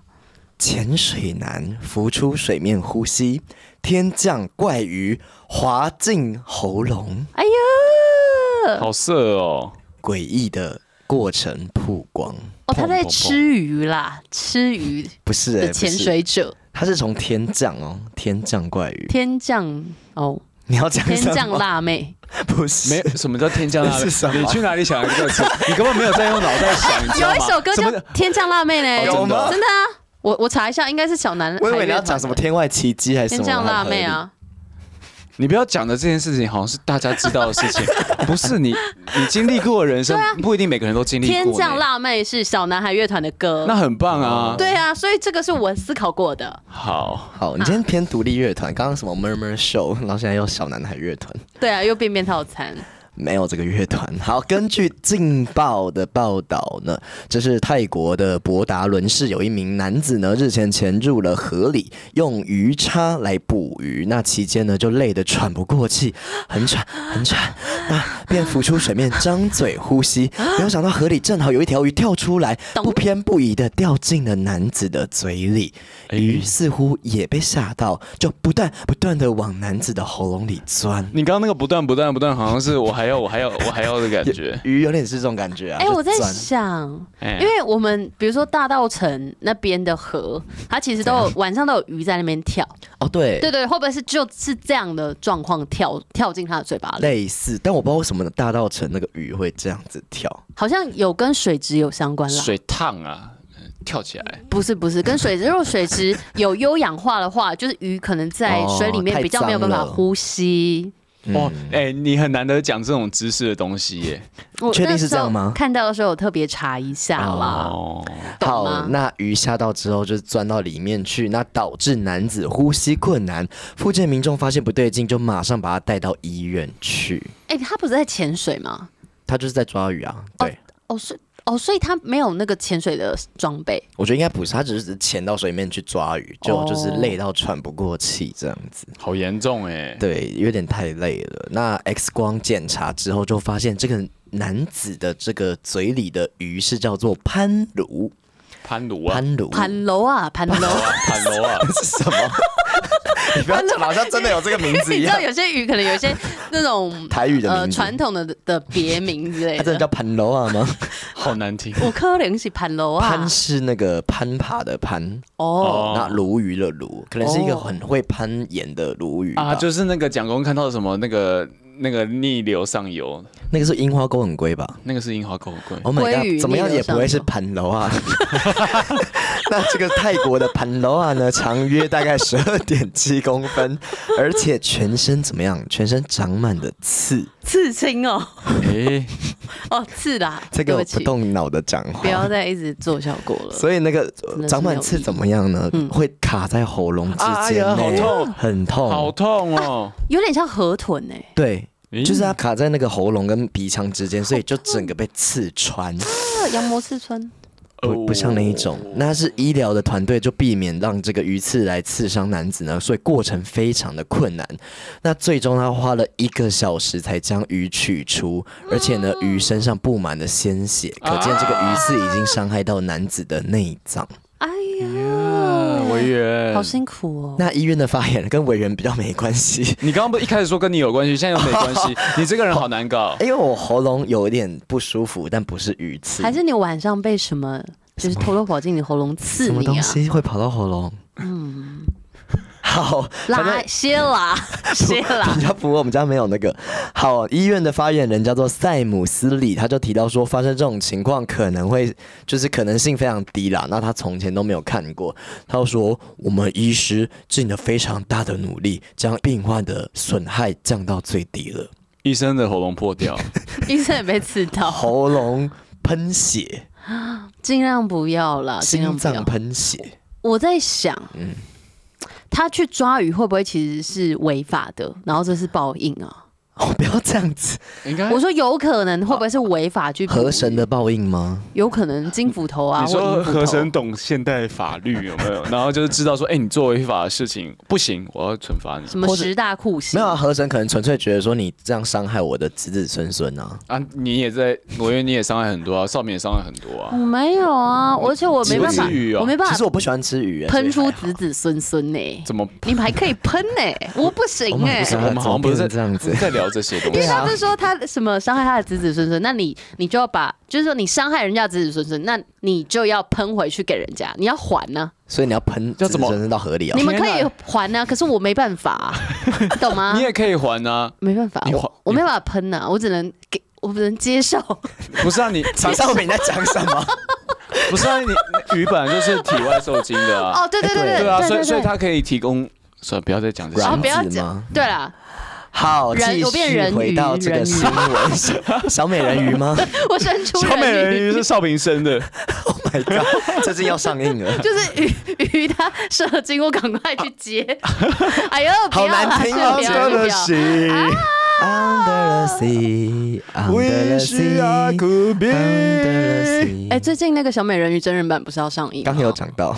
Speaker 4: 潜水男浮出水面呼吸，天降怪鱼滑进喉咙，
Speaker 3: 哎呀，
Speaker 2: 好色 哦。
Speaker 4: 诡异的过程曝光。
Speaker 3: 哦，他在
Speaker 2: 砰砰砰
Speaker 3: 吃鱼啦，吃鱼
Speaker 4: 不是、欸，
Speaker 3: 的
Speaker 4: 不
Speaker 3: 潜
Speaker 4: 是，
Speaker 3: 水者，
Speaker 4: 它是从天降哦，天降怪鱼。
Speaker 3: 天降 哦，
Speaker 4: 你要讲
Speaker 3: 天
Speaker 4: 什么
Speaker 3: 降，辣 妹，
Speaker 4: 不是
Speaker 2: 没什么叫天 降辣
Speaker 4: 这是什么
Speaker 2: 妹，你去哪里想的这个词？你根本没有在用脑袋想， 你知道
Speaker 3: 有
Speaker 2: 吗？
Speaker 3: 一首歌叫
Speaker 2: 什
Speaker 3: 《
Speaker 2: 么
Speaker 3: 天降辣妹》呢，
Speaker 2: 哦真的哦
Speaker 3: 真的啊，我我查一下，应该是小南。
Speaker 4: 我以为你要讲什么？天外奇迹还是什
Speaker 3: 天
Speaker 4: 么？
Speaker 3: 降辣妹啊！
Speaker 2: 你不要讲的这件事情好像是大家知道的事 情，不是你你经历过的人生，不一定每个人都经历过呢。
Speaker 3: 啊天降辣妹是小男孩乐团的
Speaker 2: 那
Speaker 3: 歌。
Speaker 2: 很棒啊。，
Speaker 3: 对啊，所以这个是我思考过的。
Speaker 2: 好，
Speaker 4: 好，你今天偏独立乐团，刚刚什么 Murmur Show，然后现在又小男孩乐团，
Speaker 3: 对啊，又便便套餐。
Speaker 4: 没有这个乐团。好，根据《劲爆》的报道呢，这是泰国的博达伦市有一名男子呢，日前潜入了河里，用鱼叉来捕鱼，那期间呢就累得喘不过气，很喘很喘，那便浮出水面，张嘴呼吸，没有想到河里正好有一条鱼跳出来，
Speaker 3: 懂
Speaker 4: 不偏不倚的掉进了男子的嘴里。
Speaker 2: 哎
Speaker 4: 鱼似乎也被吓到，就不断不断的往男子的喉咙里钻。。
Speaker 2: 你刚刚那个不断不断不断，好像是我还要我还要我还要的感觉
Speaker 4: 鱼有点是这种感觉啊。
Speaker 3: 哎、
Speaker 4: 就
Speaker 3: 我在
Speaker 4: 钻
Speaker 3: 想，
Speaker 2: 哎
Speaker 3: 因为我们比如说大道城那边的河，它其实都有晚上都有鱼在那边跳。
Speaker 4: 哦，对，
Speaker 3: 对对，会不会是就是这样的状况跳跳进他的嘴巴里？
Speaker 4: 类似，但我不知道为什么大道城那个鱼会这样子跳。
Speaker 3: 好像有跟水质有相关啦。
Speaker 2: 哎水烫啊，呃跳起来。
Speaker 3: 不是不是，跟 水质，如果水质有优氧化的话，就是鱼可能在水里面
Speaker 4: 哦
Speaker 3: 比较没有办
Speaker 4: 太
Speaker 3: 法
Speaker 4: 脏了
Speaker 3: 呼吸。
Speaker 4: 嗯
Speaker 2: 哦，哎，你很难得讲这种知识的东西耶。
Speaker 3: 我
Speaker 4: 确定
Speaker 3: 那
Speaker 4: 是
Speaker 3: 时
Speaker 4: 这样
Speaker 3: 候
Speaker 4: 吗
Speaker 3: 看到的时候有特别查一下啦，
Speaker 2: 哦，
Speaker 3: 懂
Speaker 4: 好
Speaker 3: 吗，
Speaker 4: 那鱼吓到之后就钻到里面去，那导致男子呼吸困难。附近民众发现不对劲，就马上把他带到医院去。
Speaker 3: 哎、他不是在潜水吗？
Speaker 4: 他就是在抓鱼啊，对。
Speaker 3: 哦，所以哦，所以他没有那个潜水的装备。
Speaker 4: 我觉得应该不是，他只是潜到水面去抓鱼，就
Speaker 3: 哦
Speaker 4: 就是累到喘不过气这样子。
Speaker 2: 好严重哎。
Speaker 4: 对，有点太累了。那 X 光检查之后，就发现这个男子的这个嘴里的鱼是叫做攀鲈，
Speaker 2: 攀卢啊，
Speaker 4: 攀鲈，
Speaker 3: 盘楼 啊，盘楼。
Speaker 2: 攀卢啊，
Speaker 4: 是什么？ 你不要讲，好像真的有这个名字
Speaker 3: 你
Speaker 4: 一
Speaker 3: 知
Speaker 4: 样
Speaker 3: 道。有些鱼可能有一些那种
Speaker 4: 台语的
Speaker 3: 呃
Speaker 4: 名字
Speaker 3: 传统的的别名之类
Speaker 4: 它真的
Speaker 3: 的。
Speaker 4: 叫攀楼啊吗？
Speaker 2: 好难听。
Speaker 3: 五颗零是盘楼啊
Speaker 4: 攀，是那个攀爬的攀，
Speaker 3: 哦，
Speaker 2: 哦
Speaker 4: 那鲈鱼的鲈，可能是一个
Speaker 3: 哦
Speaker 4: 很会攀岩的鲈鱼吧
Speaker 2: 啊，就是那个蒋公看到什么那个那个逆流上游，
Speaker 4: 那个是樱花钩吻龟吧？
Speaker 2: 那个是樱花口龟。
Speaker 4: Oh
Speaker 3: 鲑
Speaker 4: my
Speaker 3: 鱼
Speaker 4: god！怎么样也不会是盘楼啊。 那这个泰国的盘楼啊呢，长约大概十二点七公分，而且全身怎么样？全身长满了刺。
Speaker 3: 刺青哦，
Speaker 2: 哎，
Speaker 3: 哦刺啦，
Speaker 4: 这
Speaker 3: 对
Speaker 4: 个我
Speaker 3: 不
Speaker 4: 不
Speaker 3: 起，
Speaker 4: 动脑的讲
Speaker 3: 不要
Speaker 4: 话。
Speaker 3: 再一直做效果了。
Speaker 4: 所以那个
Speaker 3: 的是嗯
Speaker 4: 长满
Speaker 3: 没有
Speaker 4: 刺
Speaker 3: 意义
Speaker 4: 怎么样呢？会卡在喉咙之
Speaker 2: 啊哎
Speaker 4: 间、
Speaker 2: 呀
Speaker 4: 呢，
Speaker 2: 好痛
Speaker 4: 很痛，
Speaker 2: 好嗯痛哦。
Speaker 3: 有点像河豚哎、
Speaker 4: 对，
Speaker 2: 咦
Speaker 4: 就是它卡在那个喉咙跟鼻腔之间，所以就整个被刺穿。
Speaker 3: 那啊羊膜刺穿，
Speaker 4: 不不像那一种，那是医疗的团队就避免让这个鱼刺来刺伤男子呢，所以过程非常的困难。那最终他花了一个小时才将鱼取出，而且
Speaker 3: 啊
Speaker 4: 呢，鱼身上布满了鲜血，可见这个鱼刺已经伤害到男子的内脏。
Speaker 3: 哎
Speaker 2: 啊
Speaker 3: 呀，
Speaker 2: 委员，
Speaker 3: 好辛苦哦。
Speaker 4: 那医院的发言跟委员比较没关系，
Speaker 2: 你刚刚不一开始说跟你有关系，现在又没关系，你这个人好难搞。
Speaker 4: 因为我喉咙有一点不舒服，但不是鱼刺，
Speaker 3: 还是你晚上被什么，就是偷偷跑进你喉咙刺啊
Speaker 4: 什么
Speaker 3: 你
Speaker 4: 东
Speaker 3: 啊？
Speaker 4: 西会跑到喉咙？嗯， 好，反
Speaker 3: 啦，
Speaker 4: 正
Speaker 3: 歇啦， 歇啦
Speaker 4: 比。较不，我们家没有那个。好，医院的发言人叫做塞姆斯里，他就提到说，发生这种情况可能会就是可能性非常低啦。那他从前都没有看过，他就说我们医师尽了非常大的努力，将病患的损害降到最低了，
Speaker 2: 医生的喉咙破掉，
Speaker 3: 医生也被刺到，
Speaker 4: 喉咙喷血，
Speaker 3: 尽量不要啦，尽量
Speaker 4: 心
Speaker 3: 不要
Speaker 4: 脏。嗯喷血，
Speaker 3: 我在想，他去抓鱼会不会其实是违法的？然后这是报应啊！
Speaker 4: 哦，不要这样子，
Speaker 2: 应该
Speaker 3: 我说有可能会不会是违法去捕鱼
Speaker 4: 哎河神的报应吗？
Speaker 3: 有可能金斧头啊，
Speaker 2: 你
Speaker 3: 或
Speaker 2: 说
Speaker 3: 银斧头
Speaker 2: 河神懂现代法律有没有？然后就是知道说，哎、你做违法的事情不行，我要惩罚你
Speaker 3: 什么
Speaker 4: 或者
Speaker 3: 十大酷刑
Speaker 4: 没有啊，河神可能纯粹觉得说你这样伤害我的子子孙孙啊，
Speaker 2: 啊！你也在挪威，你也伤害很多啊，少敏也伤害很多
Speaker 3: 我
Speaker 2: 啊。
Speaker 3: 没有啊，
Speaker 4: 嗯
Speaker 3: 而且我没办法
Speaker 2: 只有吃鱼，哦
Speaker 3: 我没办
Speaker 4: 其实
Speaker 3: 法
Speaker 4: 我不喜欢吃鱼、欸，
Speaker 3: 喷
Speaker 4: 所以
Speaker 3: 出
Speaker 4: 还好
Speaker 3: 子子孙孙呢。
Speaker 2: 怎么？
Speaker 3: 你们还可以喷呢、我不行
Speaker 4: Oh my
Speaker 3: 哎、
Speaker 4: God
Speaker 2: 我们好像不是在
Speaker 4: 怎么变成这样子
Speaker 2: 在聊这些东
Speaker 3: 因为
Speaker 2: 西。
Speaker 3: 他不是说他什么伤害他的子子孙孙，那你你就要把，就是说你伤害人家的子子孙孙，那你就要喷回去给人家，你要还呢、
Speaker 4: 所以你要喷，
Speaker 2: 要怎么
Speaker 4: 真到河里啊
Speaker 3: 你？们可
Speaker 2: 天
Speaker 3: 以
Speaker 2: 哪
Speaker 3: 还呢、可是我没办 法、啊，懂吗
Speaker 2: 你？也可以还啊，
Speaker 3: 没办法，
Speaker 2: 你还
Speaker 3: 我我没办法喷呐、我只能给，我只能接受。
Speaker 2: 不是啊你，
Speaker 4: 请 上面在 讲什么？
Speaker 2: 不是啊你，你鱼本来就是体外受精的啊。
Speaker 3: 哦，对对对
Speaker 4: 哎
Speaker 2: 对
Speaker 3: 对
Speaker 2: 啊，
Speaker 3: 对
Speaker 2: 所以
Speaker 3: 对
Speaker 2: 所以
Speaker 3: 对，
Speaker 2: 他可以提供，算了，不要再讲这些
Speaker 3: 然
Speaker 4: 然
Speaker 3: 后
Speaker 4: 后
Speaker 2: 了。
Speaker 3: 不要
Speaker 4: 子
Speaker 3: 讲
Speaker 4: 吗，
Speaker 3: 对啦，
Speaker 4: 好，
Speaker 3: 人
Speaker 4: 继
Speaker 3: 我变人
Speaker 4: 续
Speaker 3: 鱼
Speaker 4: 回到这个
Speaker 3: 人鱼
Speaker 4: 新闻，小小美人鱼 吗
Speaker 3: 我生出
Speaker 2: 小美人
Speaker 3: 鱼
Speaker 2: 鱼是少平生的，
Speaker 4: ？Oh my god，最近要上映了，
Speaker 3: 就是鱼鱼它射精，我赶快去 接。哎呦， 不
Speaker 4: 好
Speaker 3: 要啦
Speaker 4: 难听
Speaker 2: 啊
Speaker 4: 哦
Speaker 3: 是不要是不要
Speaker 2: 行
Speaker 4: Under the sea, under the sea,
Speaker 2: could
Speaker 4: under the sea。
Speaker 3: 哎，，最近那个小美人鱼真人版不是要上映吗？
Speaker 4: 刚有讲到，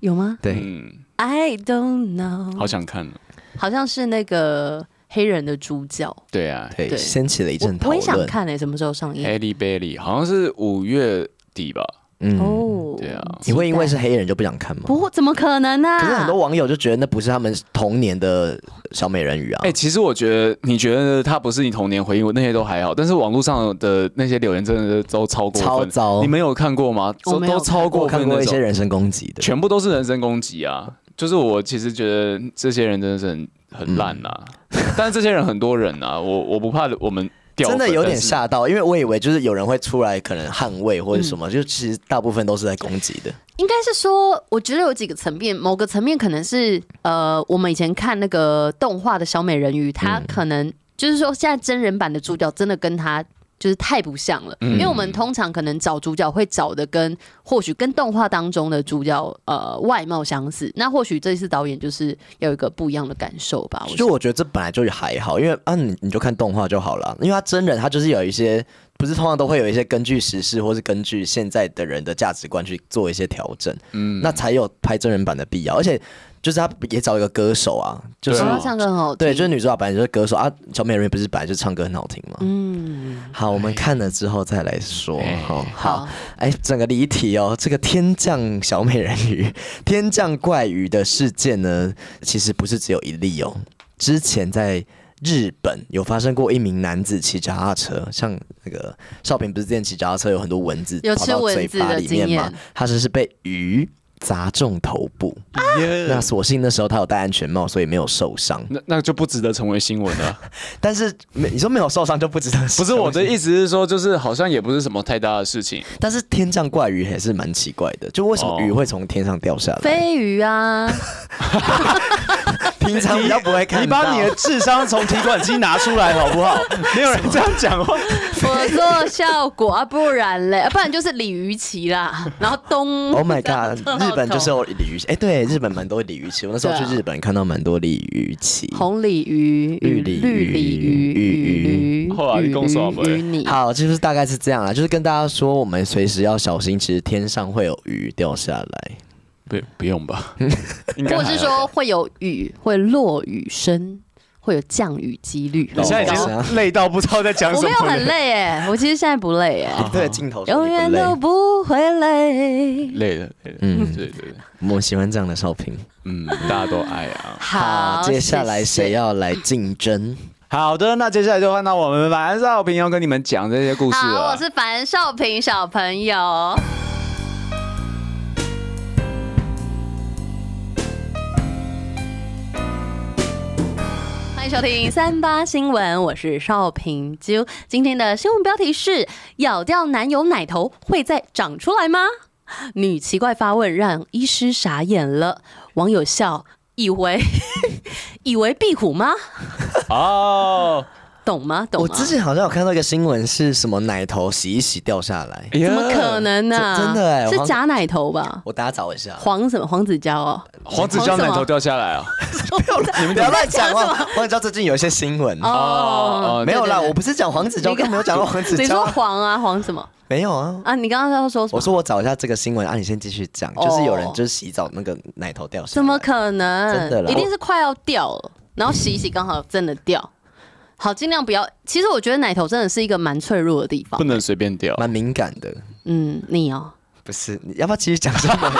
Speaker 3: 有吗
Speaker 4: 对，
Speaker 2: 嗯，
Speaker 3: ？I don't know，
Speaker 2: 好想看哦。
Speaker 3: 好像是那个黑人的主角，
Speaker 2: 对啊
Speaker 4: 对，
Speaker 3: 对
Speaker 4: 掀起了一阵
Speaker 3: 我
Speaker 4: 讨
Speaker 3: 我也想
Speaker 4: 论。
Speaker 3: 看欸诶，什么时候上映？
Speaker 2: ，Halle Berry 好像是五月底吧？
Speaker 4: 嗯，
Speaker 3: 哦，
Speaker 2: 对啊
Speaker 3: 期
Speaker 4: 你
Speaker 3: 待
Speaker 4: 会因为是黑人就不想看吗？
Speaker 3: 不会？怎么可能啊呢？
Speaker 4: 可是很多网友就觉得那不是他们童年的小美人鱼啊
Speaker 2: 哎、。其实我觉得，你觉得它不是你童年回忆，我那些都还好，但是网络上的那些留言真的都超过分，
Speaker 4: 超糟
Speaker 2: 你们有看过吗？
Speaker 3: 我
Speaker 2: 都
Speaker 3: 没有
Speaker 2: 都超过
Speaker 4: 我
Speaker 2: 分
Speaker 4: 看
Speaker 2: 那
Speaker 4: 过一些
Speaker 2: 种，
Speaker 4: 人身攻击的，
Speaker 2: 全部都是人身攻击啊！就是我其实觉得这些人真的是很很烂呐、
Speaker 4: 嗯
Speaker 2: 但是这些人很多人啊，我我不怕我们掉
Speaker 4: 真
Speaker 2: 粉，
Speaker 4: 的有点
Speaker 2: 但是。
Speaker 4: 吓到，因为我以为就是有人会出来可能捍卫
Speaker 2: 嗯
Speaker 4: 或者什么，就其实大部分都是在攻击的。
Speaker 3: 应该是说，我觉得有几个层面，某个层面可能是呃，我们以前看那个动画的小美人鱼，它
Speaker 4: 嗯
Speaker 3: 可能、就是说现在真人版的主角真的跟它就是太不像了，
Speaker 4: 嗯
Speaker 3: 因为我们通常可能找主角会找的跟或许跟动画当中的主角呃外貌相似，那或许这次导演就是要有一个不一样的感受
Speaker 2: 啊
Speaker 3: 吧。我
Speaker 4: 就
Speaker 3: 就
Speaker 4: 我觉得这本来就还好，因为啊你你就看动画就好了，因为他真人他就是有一些不是通常都会有一些根据时事或是根据现在的人的价值观去做一些调整，嗯，那才有拍真人版的必要，而且就是他也找一个歌手啊，就是
Speaker 2: 对
Speaker 3: 想
Speaker 2: 啊
Speaker 3: 要唱歌很好听，
Speaker 4: 对，就是女主角本来就是歌手啊，小美人鱼不是本来就唱歌很好听吗？
Speaker 3: 嗯，
Speaker 4: 好，我们看了之后再来说
Speaker 2: 哎。
Speaker 4: 好，
Speaker 3: 好
Speaker 4: 好，哎，整个离题哦。这个天降小美人鱼、 天降怪鱼的事件呢，其实不是只有一例哦。之前在日本有发生过一名男子骑脚踏车，像那个少平不是之前骑脚踏车有很多蚊子
Speaker 3: 有
Speaker 4: 跑
Speaker 3: 吃
Speaker 4: 到
Speaker 3: 蚊
Speaker 4: 嘴
Speaker 3: 子
Speaker 4: 巴
Speaker 3: 的
Speaker 4: 里
Speaker 3: 经
Speaker 4: 面嘛
Speaker 3: 验，
Speaker 4: 他只是被鱼砸中头部。
Speaker 2: 啊
Speaker 4: 那所幸那时候他有戴安全帽，所以没有受伤。
Speaker 2: 那那就不值得成为新闻 了。
Speaker 4: 但是没你说没有受伤就不值得，
Speaker 2: 不是我的意思是说，就是好像也不是什么太大的事情。
Speaker 4: 但是天降怪鱼还是蛮奇怪的，就为什
Speaker 2: 哦
Speaker 4: 么鱼会从天上掉下来？
Speaker 3: 飞鱼啊，
Speaker 4: 平常比较不会看到。
Speaker 2: 你把你的智商从提款机拿出来好不 好？没有人这样讲哦话。
Speaker 3: 我做效果啊，不然嘞，啊不然就是鲤鱼鳍啦，然后东
Speaker 4: Oh my
Speaker 3: 这样
Speaker 4: god！日本就是有鲤鱼，哎、对，日本蛮多鲤鱼鳍。我那时候
Speaker 3: 对
Speaker 4: 去
Speaker 3: 啊
Speaker 4: 日本看到蛮多鲤鱼鳍。
Speaker 3: 红鲤鱼、
Speaker 4: 绿
Speaker 3: 鲤
Speaker 4: 鲤
Speaker 3: 绿鲤鱼、
Speaker 4: 鱼
Speaker 3: 鱼鱼、
Speaker 2: 后来你讲什么
Speaker 3: 鱼你
Speaker 4: 好，就是大概是这样啦，就是跟大家说，我们随时要小心，其实天上会有鱼掉下来。
Speaker 2: 不不用吧， 应该
Speaker 3: 或
Speaker 2: 还好
Speaker 3: 者是说会有雨，会落雨声，会有降雨几率。
Speaker 2: 你现在已
Speaker 4: 哦
Speaker 3: 然后
Speaker 2: 经累到不知道在讲
Speaker 3: 我
Speaker 2: 什
Speaker 3: 没有
Speaker 2: 么
Speaker 3: 很
Speaker 2: 了，
Speaker 3: 累耶，我其实现在不累耶，
Speaker 4: 对，镜头说
Speaker 3: 永
Speaker 4: 你不
Speaker 3: 远
Speaker 4: 累
Speaker 3: 都不会累。
Speaker 2: 累了，累了，嗯，
Speaker 4: 嗯
Speaker 2: 对对对，
Speaker 4: 我们喜欢这样的少平。
Speaker 2: 嗯，大家都爱啊。
Speaker 3: 好，
Speaker 4: 接下来
Speaker 3: 谢谢
Speaker 4: 谁要来竞争？
Speaker 2: 好的，那接下来就换到我们晚上平要跟你们讲这些故事
Speaker 3: 好，
Speaker 4: 啊
Speaker 2: 了
Speaker 3: 我。是樊少平小朋友。收听三八新闻，我是邵平啾。今天的新闻标题是：咬掉男友奶头会再长出来吗？女奇怪发问让医师傻眼了，网友笑，以为 以为壁虎吗？
Speaker 2: 哦，
Speaker 3: 懂吗？懂
Speaker 4: 我
Speaker 3: 吗？
Speaker 4: 之前好像有看到一个新闻，是什么奶头洗一洗掉下 来。
Speaker 2: 怎
Speaker 3: 怎么可？
Speaker 2: 哎
Speaker 3: 能呢、
Speaker 4: 真真的欸
Speaker 3: 是
Speaker 4: 黄
Speaker 3: 假奶头吧？
Speaker 4: 我打找一下，
Speaker 3: 黄什么？黄子佼哦，
Speaker 2: 黄子佼奶头掉下来啊！你们
Speaker 4: 不
Speaker 2: 怎么
Speaker 4: 要乱讲话。黄子佼最近有一些新闻，
Speaker 2: 哦
Speaker 3: 哦，
Speaker 4: 没有啦，
Speaker 3: 对对对
Speaker 4: 我不是讲黄子佼，
Speaker 3: 你刚
Speaker 4: 更没有讲到黄子
Speaker 3: 你
Speaker 4: 佼
Speaker 3: 说
Speaker 4: 啊，
Speaker 3: 黄啊黄什么
Speaker 4: 没有啊。
Speaker 3: 啊？你刚刚要说什么？
Speaker 4: 我说我找一下这个新闻啊，你先继续讲，
Speaker 3: 哦
Speaker 4: 就是有人就是洗澡那个奶头掉下来，
Speaker 3: 怎么可能？
Speaker 4: 真的啦
Speaker 3: 一定是快要掉了，然后洗一洗，刚好真的掉。好，尽量不要。其实我觉得奶头真的是一个蛮脆弱的地方
Speaker 2: 不。能随便掉。
Speaker 4: 蛮敏感的？
Speaker 3: 嗯，你哦。
Speaker 4: 不是，你要不要继续讲 新闻？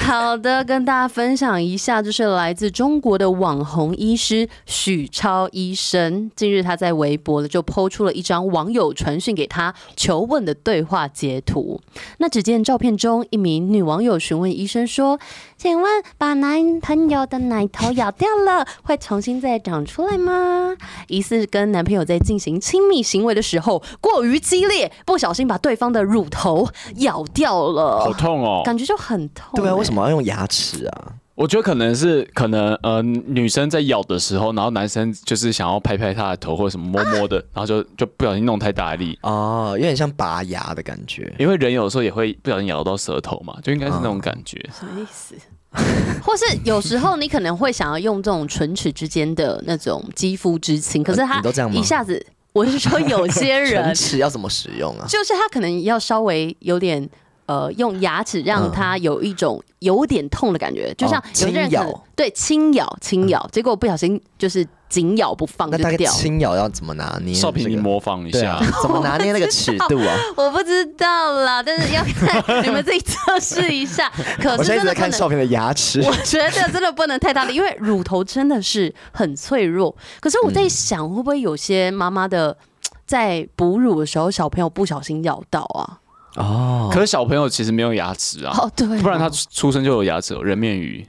Speaker 3: 好的，跟大家分享一下，就是来自中国的网红医师许超医生。近日，他在微博呢就抛出了一张网友传讯给他求问的对话截图。那只见照片中，一名女网友询问医生说：“请问，把男朋友的奶头咬掉了，会重新再长出来吗？”疑似跟男朋友在进行亲密行为的时候过于激烈，不小心把对方的乳头咬掉
Speaker 2: 好
Speaker 3: 了。
Speaker 2: 痛哦！
Speaker 3: 感觉就很痛、欸
Speaker 4: 对啊，为什
Speaker 3: 么？
Speaker 4: 么要用牙齿啊？
Speaker 2: 我觉得可能是可能呃，女生在咬的时候，然后男生就是想要拍拍她的头或者什么摸摸的，然后就就不小心弄太大力，
Speaker 4: 哦，有点像拔牙的感觉。
Speaker 2: 因为人有时候也会不小心咬到舌头嘛，就应该是那
Speaker 4: 嗯
Speaker 2: 种感觉。
Speaker 3: 什么意思？ 或是有时候你可能会想要用这种唇齿之间的那种肌肤之亲，可是
Speaker 4: 呃
Speaker 3: 他
Speaker 4: 你都这样吗
Speaker 3: 一下子，我是说有些人
Speaker 4: 唇齿要怎么使用啊？
Speaker 3: 就是他可能要稍微有点呃，用牙齿让他有一种有点痛的感觉，就像有些人可能
Speaker 4: 嗯哦轻咬嗯
Speaker 3: 对轻咬轻咬，结果不小心就是紧咬不放
Speaker 4: 那
Speaker 3: 就
Speaker 4: 大概
Speaker 3: 掉。
Speaker 4: 轻咬要怎么拿捏这个？
Speaker 2: 少平，你模仿一
Speaker 4: 对
Speaker 2: 下
Speaker 4: 啊，怎么拿捏那个尺度 啊？
Speaker 3: 我不知道啦，但是要看 你们自己测试一下。可
Speaker 4: 我
Speaker 3: 是
Speaker 4: 现在一
Speaker 3: 真的
Speaker 4: 直在
Speaker 3: 不
Speaker 4: 看
Speaker 3: 能
Speaker 4: 少平的牙齿。
Speaker 3: 我觉得真的不能太大力，因为乳头真的是很脆弱。可是我
Speaker 4: 嗯
Speaker 3: 在想，会不会有些妈妈的在哺乳的时候，小朋友不小心咬到啊？
Speaker 4: 哦
Speaker 2: 可是小朋友其实没有牙齿啊，
Speaker 3: 哦，对哦，
Speaker 2: 不然他出生就有牙齿哦，人面鱼。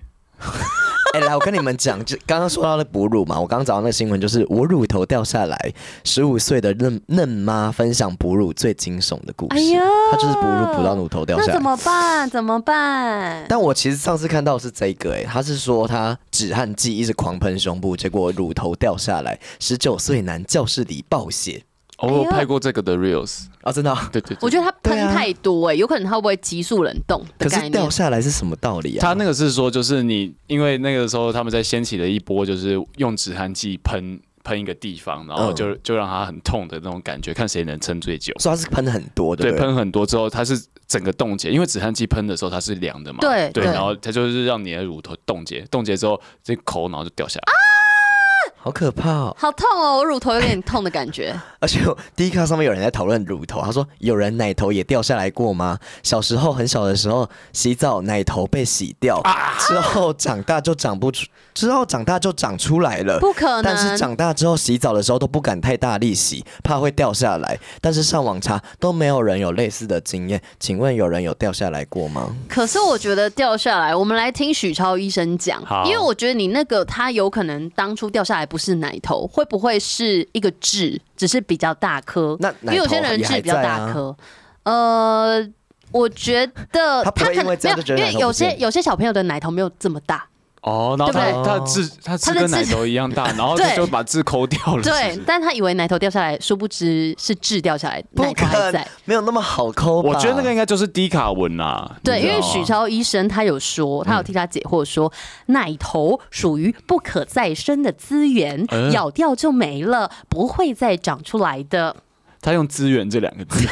Speaker 4: 哎、来，我跟你们讲，就刚刚说到那哺乳嘛，我刚刚找到那个新闻，就是我乳头掉下来，十五岁的嫩嫩妈分享哺乳最惊悚的故事。
Speaker 3: 哎呀
Speaker 4: 她就是哺乳哺到乳头掉
Speaker 3: 那
Speaker 4: 下
Speaker 3: 怎
Speaker 4: 来。
Speaker 3: 么办？怎么办？
Speaker 4: 但我其实上次看到的是这个、哎，她是说她止汗剂一直狂喷胸部，结果乳头掉下来，十九岁男教室里暴血
Speaker 2: 哦，我有
Speaker 3: 哎呦
Speaker 2: 拍过这个的 reels，
Speaker 4: 啊，真的啊、
Speaker 2: 对对对，
Speaker 3: 我觉得它喷
Speaker 4: 对啊
Speaker 3: 太多哎、有可能它会不会急速冷冻的
Speaker 4: 可
Speaker 3: 概
Speaker 4: 是
Speaker 3: 念
Speaker 4: 掉？下来是什么道理啊？
Speaker 2: 他那个是说，就是你因为那个时候他们在掀起了一波，就是用止汗剂喷喷一个地方，然后就、
Speaker 4: 嗯
Speaker 2: 就让它很痛的那种感觉，看谁能撑最久。
Speaker 4: 说他是喷很多，对
Speaker 2: 对，
Speaker 4: 不对？
Speaker 2: 喷很多之后，它是整个冻结，因为止汗剂喷的时候它是凉的嘛，
Speaker 3: 对对
Speaker 2: 然后它就是让你的乳头冻结，冻结之后这口然后就掉下来。
Speaker 4: 好可怕哦！
Speaker 3: 好痛哦，我乳头有点痛的感 觉。
Speaker 4: 而且我第一看到上面有人在讨论乳头，他说有人奶头也掉下来过吗？小时候很小的时候洗澡奶头被洗掉，
Speaker 3: 啊
Speaker 4: 之后长大就长不出，之后长大就长出来了。
Speaker 3: 不可能
Speaker 4: 但是长大之后洗澡的时候都不敢太大力洗，怕会掉下来。但是上网查都没有人有类似的经验，请问有人有掉下来过吗？
Speaker 3: 可是我觉得掉下来，我们来听许超医生讲
Speaker 2: 好，
Speaker 3: 因为我觉得你那个他有可能当初掉下来不是奶头，会不会是一个痣，只是比较大颗？
Speaker 4: 那
Speaker 3: 因
Speaker 4: 奶头
Speaker 3: 为有些人痣比较
Speaker 4: 啊
Speaker 3: 大颗，呃。我觉得
Speaker 4: 他不会
Speaker 3: 可能
Speaker 4: 因为这样就觉得
Speaker 3: 没有，因
Speaker 4: 奶
Speaker 3: 为
Speaker 4: 头
Speaker 3: 有
Speaker 4: 不见
Speaker 3: 些有些小朋友的奶头没有这么大，
Speaker 2: 哦，然后它
Speaker 3: 对不
Speaker 2: 它的痣它痣
Speaker 3: 它的
Speaker 2: 跟
Speaker 3: 痣
Speaker 2: 奶头一样 大，然后它
Speaker 3: 对
Speaker 2: 就把痣抠掉了。是
Speaker 3: 对
Speaker 2: 不是，
Speaker 3: 但他以为奶头掉下来，殊不知是痣掉下来，奶
Speaker 4: 不
Speaker 3: 头还
Speaker 4: 可能
Speaker 3: 在。，
Speaker 4: 没有那么好抠吧。
Speaker 2: 我觉得那个应该就是低卡文啦。
Speaker 3: 对，
Speaker 2: 你知
Speaker 3: 因
Speaker 2: 道
Speaker 3: 为
Speaker 2: 吗
Speaker 3: 许超医生他有说，他有替他解惑说，
Speaker 4: 嗯
Speaker 3: 奶头属于不可再生的资源，
Speaker 2: 嗯
Speaker 3: 咬掉就没了，不会再长出来的。
Speaker 2: 他用资源这两个字，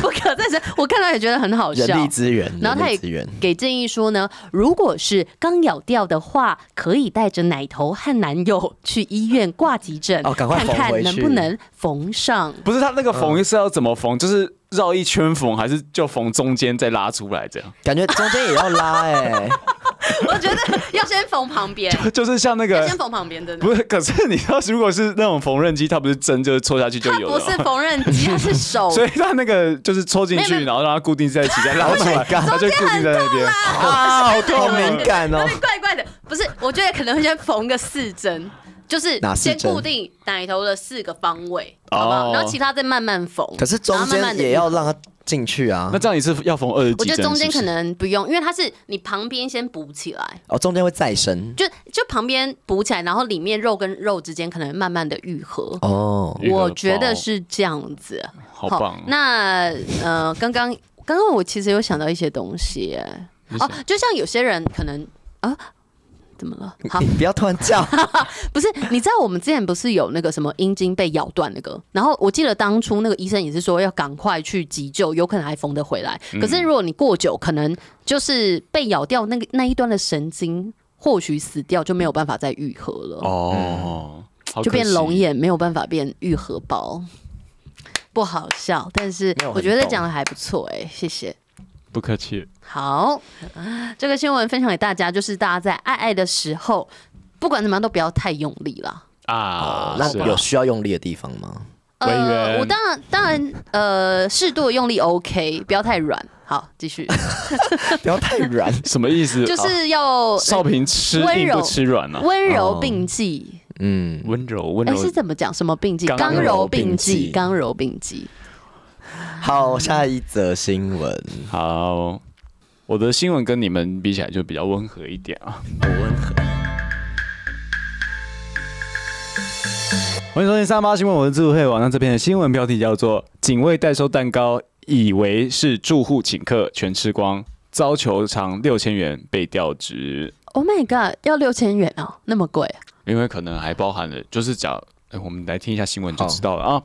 Speaker 3: 不可再生，我看到也觉得很好笑。
Speaker 4: 人力资源，
Speaker 3: 然后他
Speaker 4: 人力
Speaker 3: 也
Speaker 4: 资源。
Speaker 3: 给建议说呢，如果是刚咬掉的话，可以带着奶头和男友去医院挂急诊，
Speaker 4: 哦赶快
Speaker 3: 看
Speaker 4: 缝回
Speaker 3: 看
Speaker 4: 去
Speaker 3: 能不能缝 上。
Speaker 2: 不是他那个
Speaker 3: 嗯
Speaker 2: 缝是要怎么缝？就是绕一圈缝，还是就缝中间再拉出来这样？
Speaker 4: 感觉中间也要 拉哎、
Speaker 3: 我觉得要先缝旁边，
Speaker 2: 就是像那
Speaker 3: 要
Speaker 2: 个
Speaker 3: 先缝旁边，真的。
Speaker 2: 不是，可是你知道，如果是那种缝纫机，它不是针就是戳下去就
Speaker 3: 它
Speaker 2: 有
Speaker 3: 不
Speaker 2: 了
Speaker 3: 是
Speaker 2: 吗。
Speaker 3: 缝纫 机，它是手。
Speaker 2: 所以它那个就是戳进
Speaker 3: 没有
Speaker 2: 去，
Speaker 3: 没有
Speaker 2: 然后让它固定在一起，再拉出
Speaker 4: Oh
Speaker 2: 来，
Speaker 4: my
Speaker 3: 啊
Speaker 4: god
Speaker 2: 它就固定在那边。
Speaker 4: 啊，好敏感哦
Speaker 3: 有！点怪怪的，不是，我觉得可能会先缝个四针，就是
Speaker 4: 哪四
Speaker 3: 先
Speaker 4: 针
Speaker 3: 固定奶头的四个方位，
Speaker 2: 哦
Speaker 3: 好不好？然后其他再慢慢缝。
Speaker 4: 可是中
Speaker 3: 然后慢慢
Speaker 4: 间
Speaker 3: 地
Speaker 4: 也要让它进去啊
Speaker 2: 那。这样你是要缝二十
Speaker 3: 我
Speaker 2: 几针是
Speaker 3: 觉
Speaker 2: 不
Speaker 3: 得
Speaker 2: 是？
Speaker 3: 中间可能不用，因为它是你旁边先补起来，
Speaker 4: 哦，中间会再生
Speaker 3: 就就旁边补起来，然后里面肉跟肉之间可能慢慢的愈合。
Speaker 4: 哦。
Speaker 2: 愈合
Speaker 3: 我
Speaker 2: 包
Speaker 3: 觉得是这样子。
Speaker 2: 好棒哦。
Speaker 3: 那呃，刚刚刚刚我其实有想到一些东西耶、
Speaker 2: 你想
Speaker 3: 哦，就像有些人可能啊，怎么了？好
Speaker 4: 你，不要突然叫，
Speaker 3: 不是，你知道我们之前不是有那个什么阴茎被咬断那个？然后我记得当初那个医生也是说要赶快去急救，有可能还缝得回来。
Speaker 2: 嗯
Speaker 3: 可是如果你过久，可能就是被咬掉那个那一端的神经，或许死掉就没有办法再愈合了，
Speaker 2: 哦，好
Speaker 3: 嗯就
Speaker 2: 可惜
Speaker 3: 变龙。眼，没有办法变愈合包。不好笑，但是
Speaker 4: 没有很
Speaker 3: 我觉得
Speaker 4: 懂
Speaker 3: 讲的还不错哎、谢谢。
Speaker 2: 不客气，
Speaker 3: 好，这个新闻分享给大家，就是大家在爱爱的时候，不管怎么样都不要太用力啦。
Speaker 2: 啊，
Speaker 4: 那
Speaker 2: 是啊
Speaker 4: 有需要用力的地方吗？
Speaker 2: 委
Speaker 3: 呃，
Speaker 2: 员
Speaker 3: 我当然当然呃，适度的用力 OK，不要太软。好，继 续，
Speaker 4: 不要太软，
Speaker 2: 什么意思？
Speaker 3: 就
Speaker 2: 啊
Speaker 3: 是要
Speaker 2: 少平吃
Speaker 3: 温
Speaker 2: 硬
Speaker 3: 柔
Speaker 2: 不吃软啊，
Speaker 3: 温柔并济。
Speaker 4: 嗯，
Speaker 2: 温柔温
Speaker 3: 哎、
Speaker 2: 柔
Speaker 3: 是怎么讲？什么并济？
Speaker 2: 刚
Speaker 3: 刚柔
Speaker 4: 柔
Speaker 3: 并
Speaker 4: 并
Speaker 3: 济，
Speaker 4: 济
Speaker 3: 刚柔并济。
Speaker 4: 好，下一则新闻，
Speaker 2: 好。我的新闻跟你们比起来就比较温和一点啊。
Speaker 4: 我温和，
Speaker 2: 欢迎收听三八新闻，我是智慧网。那这篇的新闻标题叫做“警卫代收蛋糕，以为是住户请客，全吃光，遭求偿六千元，被调职”。
Speaker 3: Oh my god，要六千元哦，那么贵
Speaker 2: 因为可能还包含了，就是讲、哎我们来听一下新闻就知道了啊。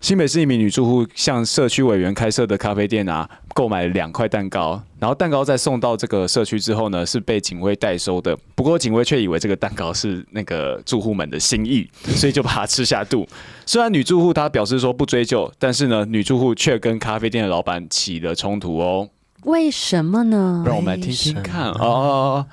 Speaker 2: 新北市一名女住户向社区委员开设的咖啡店啊，购买了两块蛋糕，然后蛋糕在送到这个社区之后呢，是被警卫代收的。不过警卫却以为这个蛋糕是那个住户们的心意，所以就把它吃下肚。虽然女住户她表示说不追究，但是呢，女住户却跟咖啡店的老板起了冲突哦。
Speaker 3: 为什么呢？
Speaker 2: 让我们来听听看哦哦哦，哦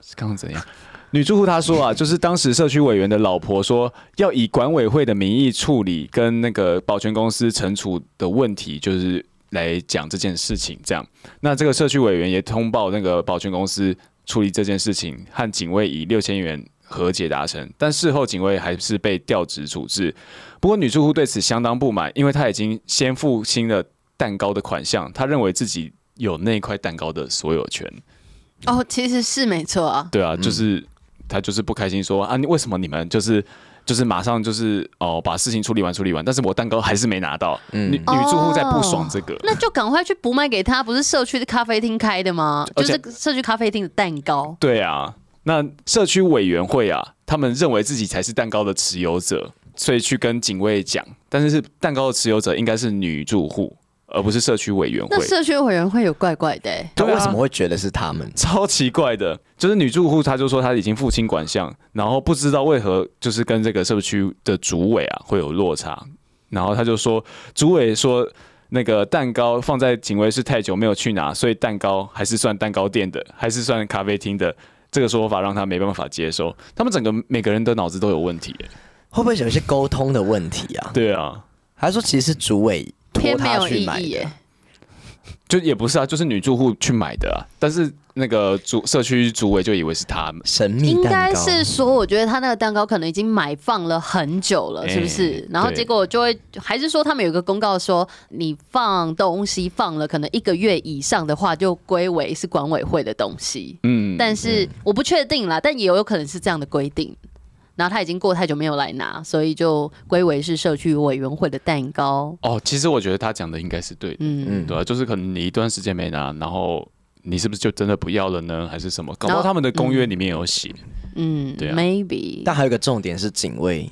Speaker 2: 是刚刚怎样？女住户她说啊，就是当时社区委员的老婆说，要以管委会的名义处理跟那个保全公司惩处的问题，就是来讲这件事情。这样，那这个社区委员也通报那个保全公司处理这件事情，和警卫以六千元和解达成，但事后警卫还是被调职处置。不过女住户对此相当不满，因为她已经先付清了蛋糕的款项，她认为自己有那块蛋糕的所有权。
Speaker 3: 哦，其实是没错啊。
Speaker 2: 对啊，就是、她就是不开心说啊，你为什么你们就是就是马上就是哦把事情处理完处理完，但是我蛋糕还是没拿到。女女住户在不爽这个。
Speaker 3: 那就赶快去补买给他，不是社区的咖啡厅开的吗？就
Speaker 2: 而且
Speaker 3: 是社区咖啡厅的蛋糕。
Speaker 2: 对啊，那社区委员会啊，他们认为自己才是蛋糕的持有者，所以去跟警卫讲，但是蛋糕的持有者应该是女住户，而不是社区委员会
Speaker 3: 那。社区委员会有怪怪的、欸，
Speaker 4: 他
Speaker 2: 对啊
Speaker 4: 为什么会觉得是他们？
Speaker 2: 超奇怪的， 就是女住户她就说她已经付清管项，然后不知道为何就是跟这个社区的主委啊会有落差，然后她就说主委说那个蛋糕放在警卫室太久没有去拿，所以蛋糕还是算蛋糕店的，还是算咖啡厅的。这个说法让她没办法接受，他们整个每个人的脑子都有问题、欸
Speaker 4: 会不会有一些沟通的问题啊？
Speaker 2: 对啊，
Speaker 4: 还是说其实是主委托
Speaker 3: 偏没
Speaker 4: 他
Speaker 3: 有
Speaker 4: 去
Speaker 3: 意
Speaker 4: 买
Speaker 3: 义、欸
Speaker 4: 的？。
Speaker 2: 就也不是啊，就是女住户去买的啊，但是那个主社区主委就以为是他们，
Speaker 4: 神秘
Speaker 3: 应
Speaker 4: 蛋
Speaker 3: 该
Speaker 4: 糕
Speaker 3: 是说，我觉得他那个蛋糕可能已经买放了很久了，是不是？
Speaker 2: 哎
Speaker 3: 然后
Speaker 2: 对
Speaker 3: 结果就会还是说他们有一个公告说，你放东西放了可能一个月以上的话，就归为是管委会的东西。
Speaker 2: 嗯，
Speaker 3: 但是我不确定啦，但也有可能是这样的规定。然后他已经过太久没有来拿，所以就归为是社区委员会的蛋糕。
Speaker 2: 哦，其实我觉得他讲的应该是对的。
Speaker 3: 嗯，
Speaker 2: 对啊，就是可能你一段时间没拿，然后你是不是就真的不要了呢？还是什么？搞不
Speaker 3: 然后
Speaker 2: 好他们的公约里面有写，
Speaker 3: 嗯
Speaker 2: 对啊
Speaker 3: m a y b e
Speaker 4: 但还有一个重点是警卫，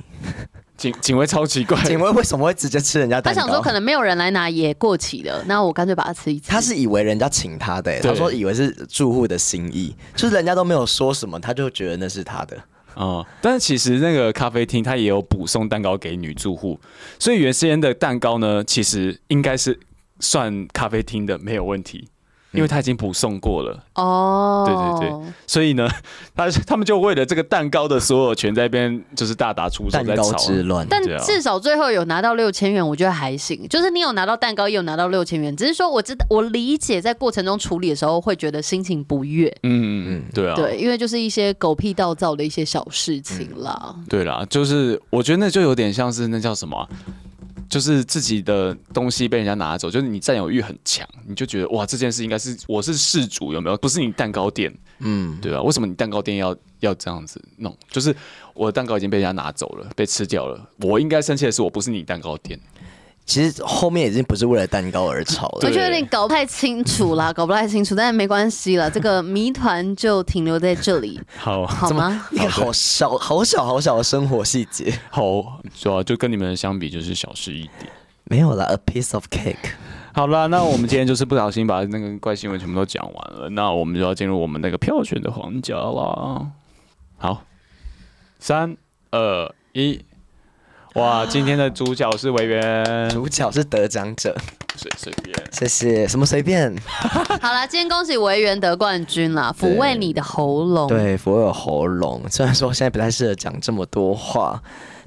Speaker 2: 警警卫超奇怪，
Speaker 4: 警卫为什么会直接吃人家
Speaker 3: 他
Speaker 4: 蛋糕？
Speaker 3: 想说可能没有人来拿也过期了，那我干脆把它吃一吃。
Speaker 4: 他是以为人家请他的、欸，
Speaker 2: 对
Speaker 4: 他说以为是住户的心意，就是人家都没有说什么，他就觉得那是他的。
Speaker 2: 嗯，但是其实那个咖啡厅它也有补送蛋糕给女住户，所以原先的蛋糕呢，其实应该是算咖啡厅的没有问题。
Speaker 4: 嗯
Speaker 2: 因为他已经补送过了。
Speaker 3: 哦，
Speaker 2: 对对对，所以呢，他他们就为了这个蛋糕的所有权在那边就是大打出手
Speaker 4: 蛋
Speaker 2: 在
Speaker 4: 糕
Speaker 2: 吵。
Speaker 4: 之乱。
Speaker 3: 但
Speaker 2: 对啊
Speaker 3: 至少最后有拿到六千元，我觉得还行。就是你有拿到蛋糕，也有拿到六千元，只是说我知道我理解在过程中处理的时候会觉得心情不悦，
Speaker 2: 嗯嗯嗯，对
Speaker 4: 哦
Speaker 2: 啊，
Speaker 3: 对，因为就是一些狗屁倒灶的一些小事情啦。
Speaker 4: 嗯
Speaker 2: 对啦，就是我觉得那就有点像是那叫什么啊、就是自己的东西被人家拿走，就是你占有欲很强，你就觉得哇，这件事应该是我是事主有没有？不是你蛋糕店，嗯，对吧、为什么你蛋糕店要要这样子弄？就是我的蛋糕已经被人家拿走了，被吃掉了，我应该生气的是我，不是你蛋糕店。
Speaker 4: 其实后面已经不是为了蛋糕而吵了
Speaker 3: 我
Speaker 2: 对。
Speaker 3: 觉得有点搞不太清楚 啦，搞不太清楚，但没关系啦，这个谜团就停留在这 里，
Speaker 2: 好
Speaker 3: 好吗？
Speaker 4: 一个好小、好小、好小的生活细节，
Speaker 2: 好，主要就跟你们相比就是小事一点。
Speaker 4: 没有啦，a piece of cake。
Speaker 2: 好啦，那我们今天就是不小心把那个怪新闻全部都讲完了，那我们就要进入我们那个票选的环节啦。好，三二一，哇，今天的主角是维园，
Speaker 4: 主角是得奖者，
Speaker 2: 随随便。
Speaker 4: 谢谢。什么随便？
Speaker 3: 好啦，今天恭喜维园得冠军啦，抚慰你的喉咙。
Speaker 4: 对，我有喉咙，虽然说我现在不太适合讲这么多话，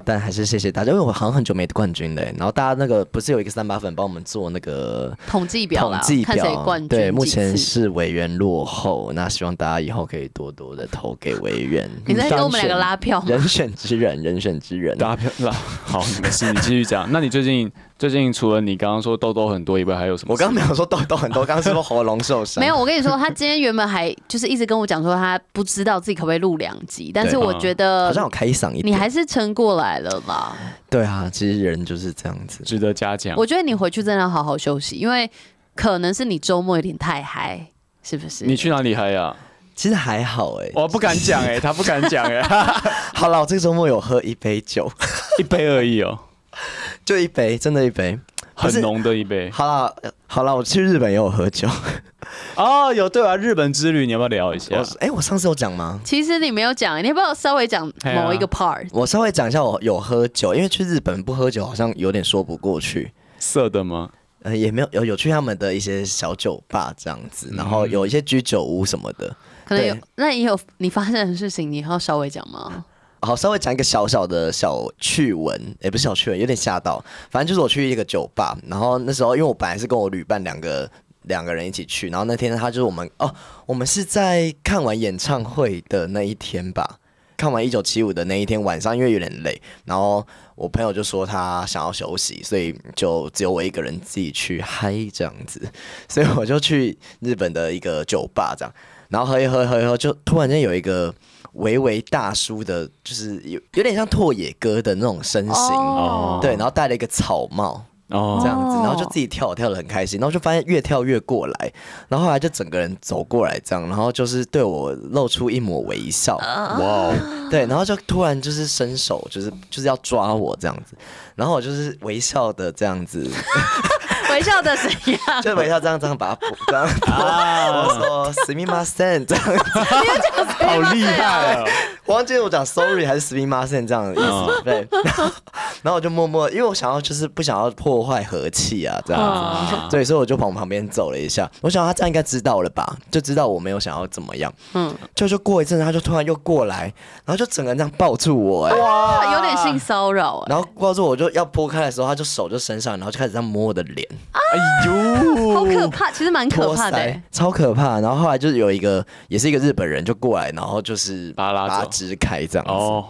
Speaker 4: 但还是谢谢大家，因为我好像很久没冠军了欸。然后大家那个不是有一个三八粉帮我们做那个
Speaker 3: 统计表
Speaker 4: 统
Speaker 3: 啦，
Speaker 4: 计
Speaker 3: 看谁
Speaker 4: 表，
Speaker 3: 冠军
Speaker 4: 对，目
Speaker 3: 几
Speaker 4: 前
Speaker 3: 次
Speaker 4: 嗯是委员落后，那希望大家以后可以多多的投给委员。
Speaker 3: 你在跟我们两个
Speaker 4: 嗯当选
Speaker 3: 拉票吗
Speaker 4: 人选之人，人选之人。
Speaker 2: 大票啦，好，没事，你继续讲。那你最近最近除了你刚刚说痘痘很多以外，还有什么
Speaker 4: 我
Speaker 2: 事？
Speaker 4: 刚刚没有说痘痘很 多，刚刚是说喉咙受伤。
Speaker 3: 没有，我跟你说，他今天原本还就是一直跟我讲说他不知道自己可不可以录两集，但是
Speaker 2: 对
Speaker 3: 我觉得
Speaker 4: 啊好像有开嗓一点。
Speaker 3: 你还是撑过来了吧？
Speaker 4: 对啊，其实人就是这样子。
Speaker 2: 值得嘉奖。
Speaker 3: 我觉得你回去真的要好好休息，因为可能是你周末有点太嗨，是不是？
Speaker 2: 你去哪里嗨呀、啊
Speaker 4: 其实还好哎、
Speaker 2: 我不敢讲 哎、他不敢讲哎、哈哈
Speaker 4: 好了，我这个周末有喝一杯酒，
Speaker 2: 一杯而已哦、
Speaker 4: 就一杯，真的一杯。不是
Speaker 2: 很浓的一杯。
Speaker 4: 好啦，呃好啦，我去日本也有喝酒。
Speaker 2: 哦，有对啊，日本之旅你要不要聊一
Speaker 4: 我
Speaker 2: 下？
Speaker 4: 哎、我上次有讲吗？
Speaker 3: 其实你没有讲，你要不要稍微讲
Speaker 2: 哎呀
Speaker 3: 某一个 part？、
Speaker 4: 我稍微讲一下，我有喝酒，因为去日本不喝酒好像有点说不过去。
Speaker 2: 色的吗？
Speaker 4: 呃，也没有有有去他们的一些小酒吧这样子，然后有一些居酒屋什么的。
Speaker 3: 可能有
Speaker 4: 对，
Speaker 3: 那也有你发生的事情，你要稍微讲 吗？
Speaker 4: 好，稍微讲一个小小的小趣闻，也、不是小趣闻，有点吓到。反正就是我去一个酒吧，然后那时候因为我本来是跟我旅伴两个两个人一起去，然后那天他就是我们哦，我们是在看完演唱会的那一天吧，看完一九七五的那一天晚上，因为有点累，然后我朋友就说他想要休息，所以就只有我一个人自己去嗨这样子， 所以我就去日本的一个酒吧这样，然后喝一喝喝一喝，就突然间有一个。微微大叔的，就是有有点像拓野哥的那种身形
Speaker 2: 哦
Speaker 4: 对，然后戴了一个草帽，
Speaker 2: 哦，
Speaker 4: 这样子，
Speaker 3: 哦
Speaker 4: 然后就自己跳跳的很开心，然后就发现越跳越过来，然后后来就整个人走过来这样，然后就是对我露出一抹微笑，
Speaker 2: 哇哦，
Speaker 4: 对，然后就突然就是伸手，就是就是要抓我这样子，然后我就是微笑的这样子，
Speaker 3: 微笑的怎 样？
Speaker 4: 就微笑这样这样把它拨这样拨，
Speaker 2: 啊
Speaker 4: 我说 s m i m a s e n 这样子，
Speaker 2: 好厉害啊！
Speaker 4: 我忘记我讲 sorry 还是 s m i m a s e n 这样的意 思，对，然后然后我就默默，因为我想要就是不想要破坏和气啊这样子，
Speaker 2: 啊
Speaker 4: 对，所以我就往旁边走了一下。我想他这样应该知道了吧，就知道我没有想要怎么样。
Speaker 3: 嗯，
Speaker 4: 就就过一阵子，他就突然又过来，然后就整个人这样抱住我、哎，
Speaker 3: 啊有点性骚扰哎、
Speaker 4: 然后抱住我就要拨开的时候，他就手就伸上来，然后就开始这样摸我的脸，
Speaker 2: 哎呦，
Speaker 3: 好可怕，其实蛮可
Speaker 4: 托
Speaker 3: 怕的、
Speaker 4: 腮
Speaker 3: 欸。，
Speaker 4: 超可怕。然后后来就是有一个，也是一个日本人就过来，然后就是
Speaker 2: 把他拉走
Speaker 4: 他支开这样子，
Speaker 2: 哦，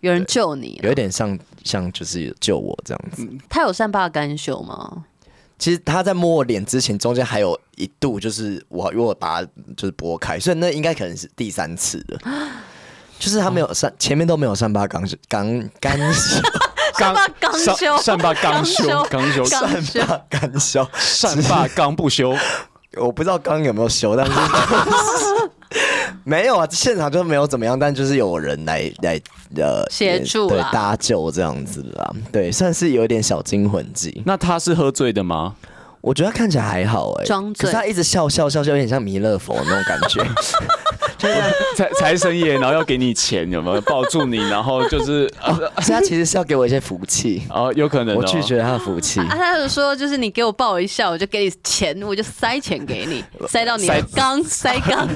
Speaker 3: 有人救你，
Speaker 4: 有一点像像就是救我这样子。
Speaker 3: 他有善罢甘休吗？
Speaker 4: 其实他在摸我脸之前，中间还有一度就是我，因为我把它就是拨开，所以那应该可能是第三次的， 就是他没有善，前面都没有善罢甘休，甘甘休，
Speaker 3: 善罢甘
Speaker 2: 善
Speaker 3: 休
Speaker 2: 善罢甘休，
Speaker 3: 甘
Speaker 2: 甘休，
Speaker 3: 甘
Speaker 2: 善
Speaker 3: 休
Speaker 4: 善罢甘休，
Speaker 2: 善罢甘不 休。
Speaker 4: 我不知道刚有没有休，但是 没有啊，现场就没有怎么样，但就是有人来来呃
Speaker 3: 协助
Speaker 4: 对
Speaker 3: 啦
Speaker 4: 搭救这样子啦，对，算是有点小惊魂记。
Speaker 2: 那他是喝醉的吗？
Speaker 4: 我觉得他看起来还好哎、欸，
Speaker 3: 装
Speaker 4: 可
Speaker 3: 醉
Speaker 4: 是他一直笑笑笑笑，有点像弥勒佛那种感觉，
Speaker 3: 啊
Speaker 2: 财财神爷，然后要给你钱，有没有抱住你，然后就是呃
Speaker 4: 所以他其实是要给我一些福气，
Speaker 2: 哦，有可能
Speaker 4: 我
Speaker 2: 哦
Speaker 4: 拒绝他的福气。
Speaker 3: 啊，他就说就是你给我抱一下，我就给你钱，我就塞钱给你，塞到你的缸，塞缸。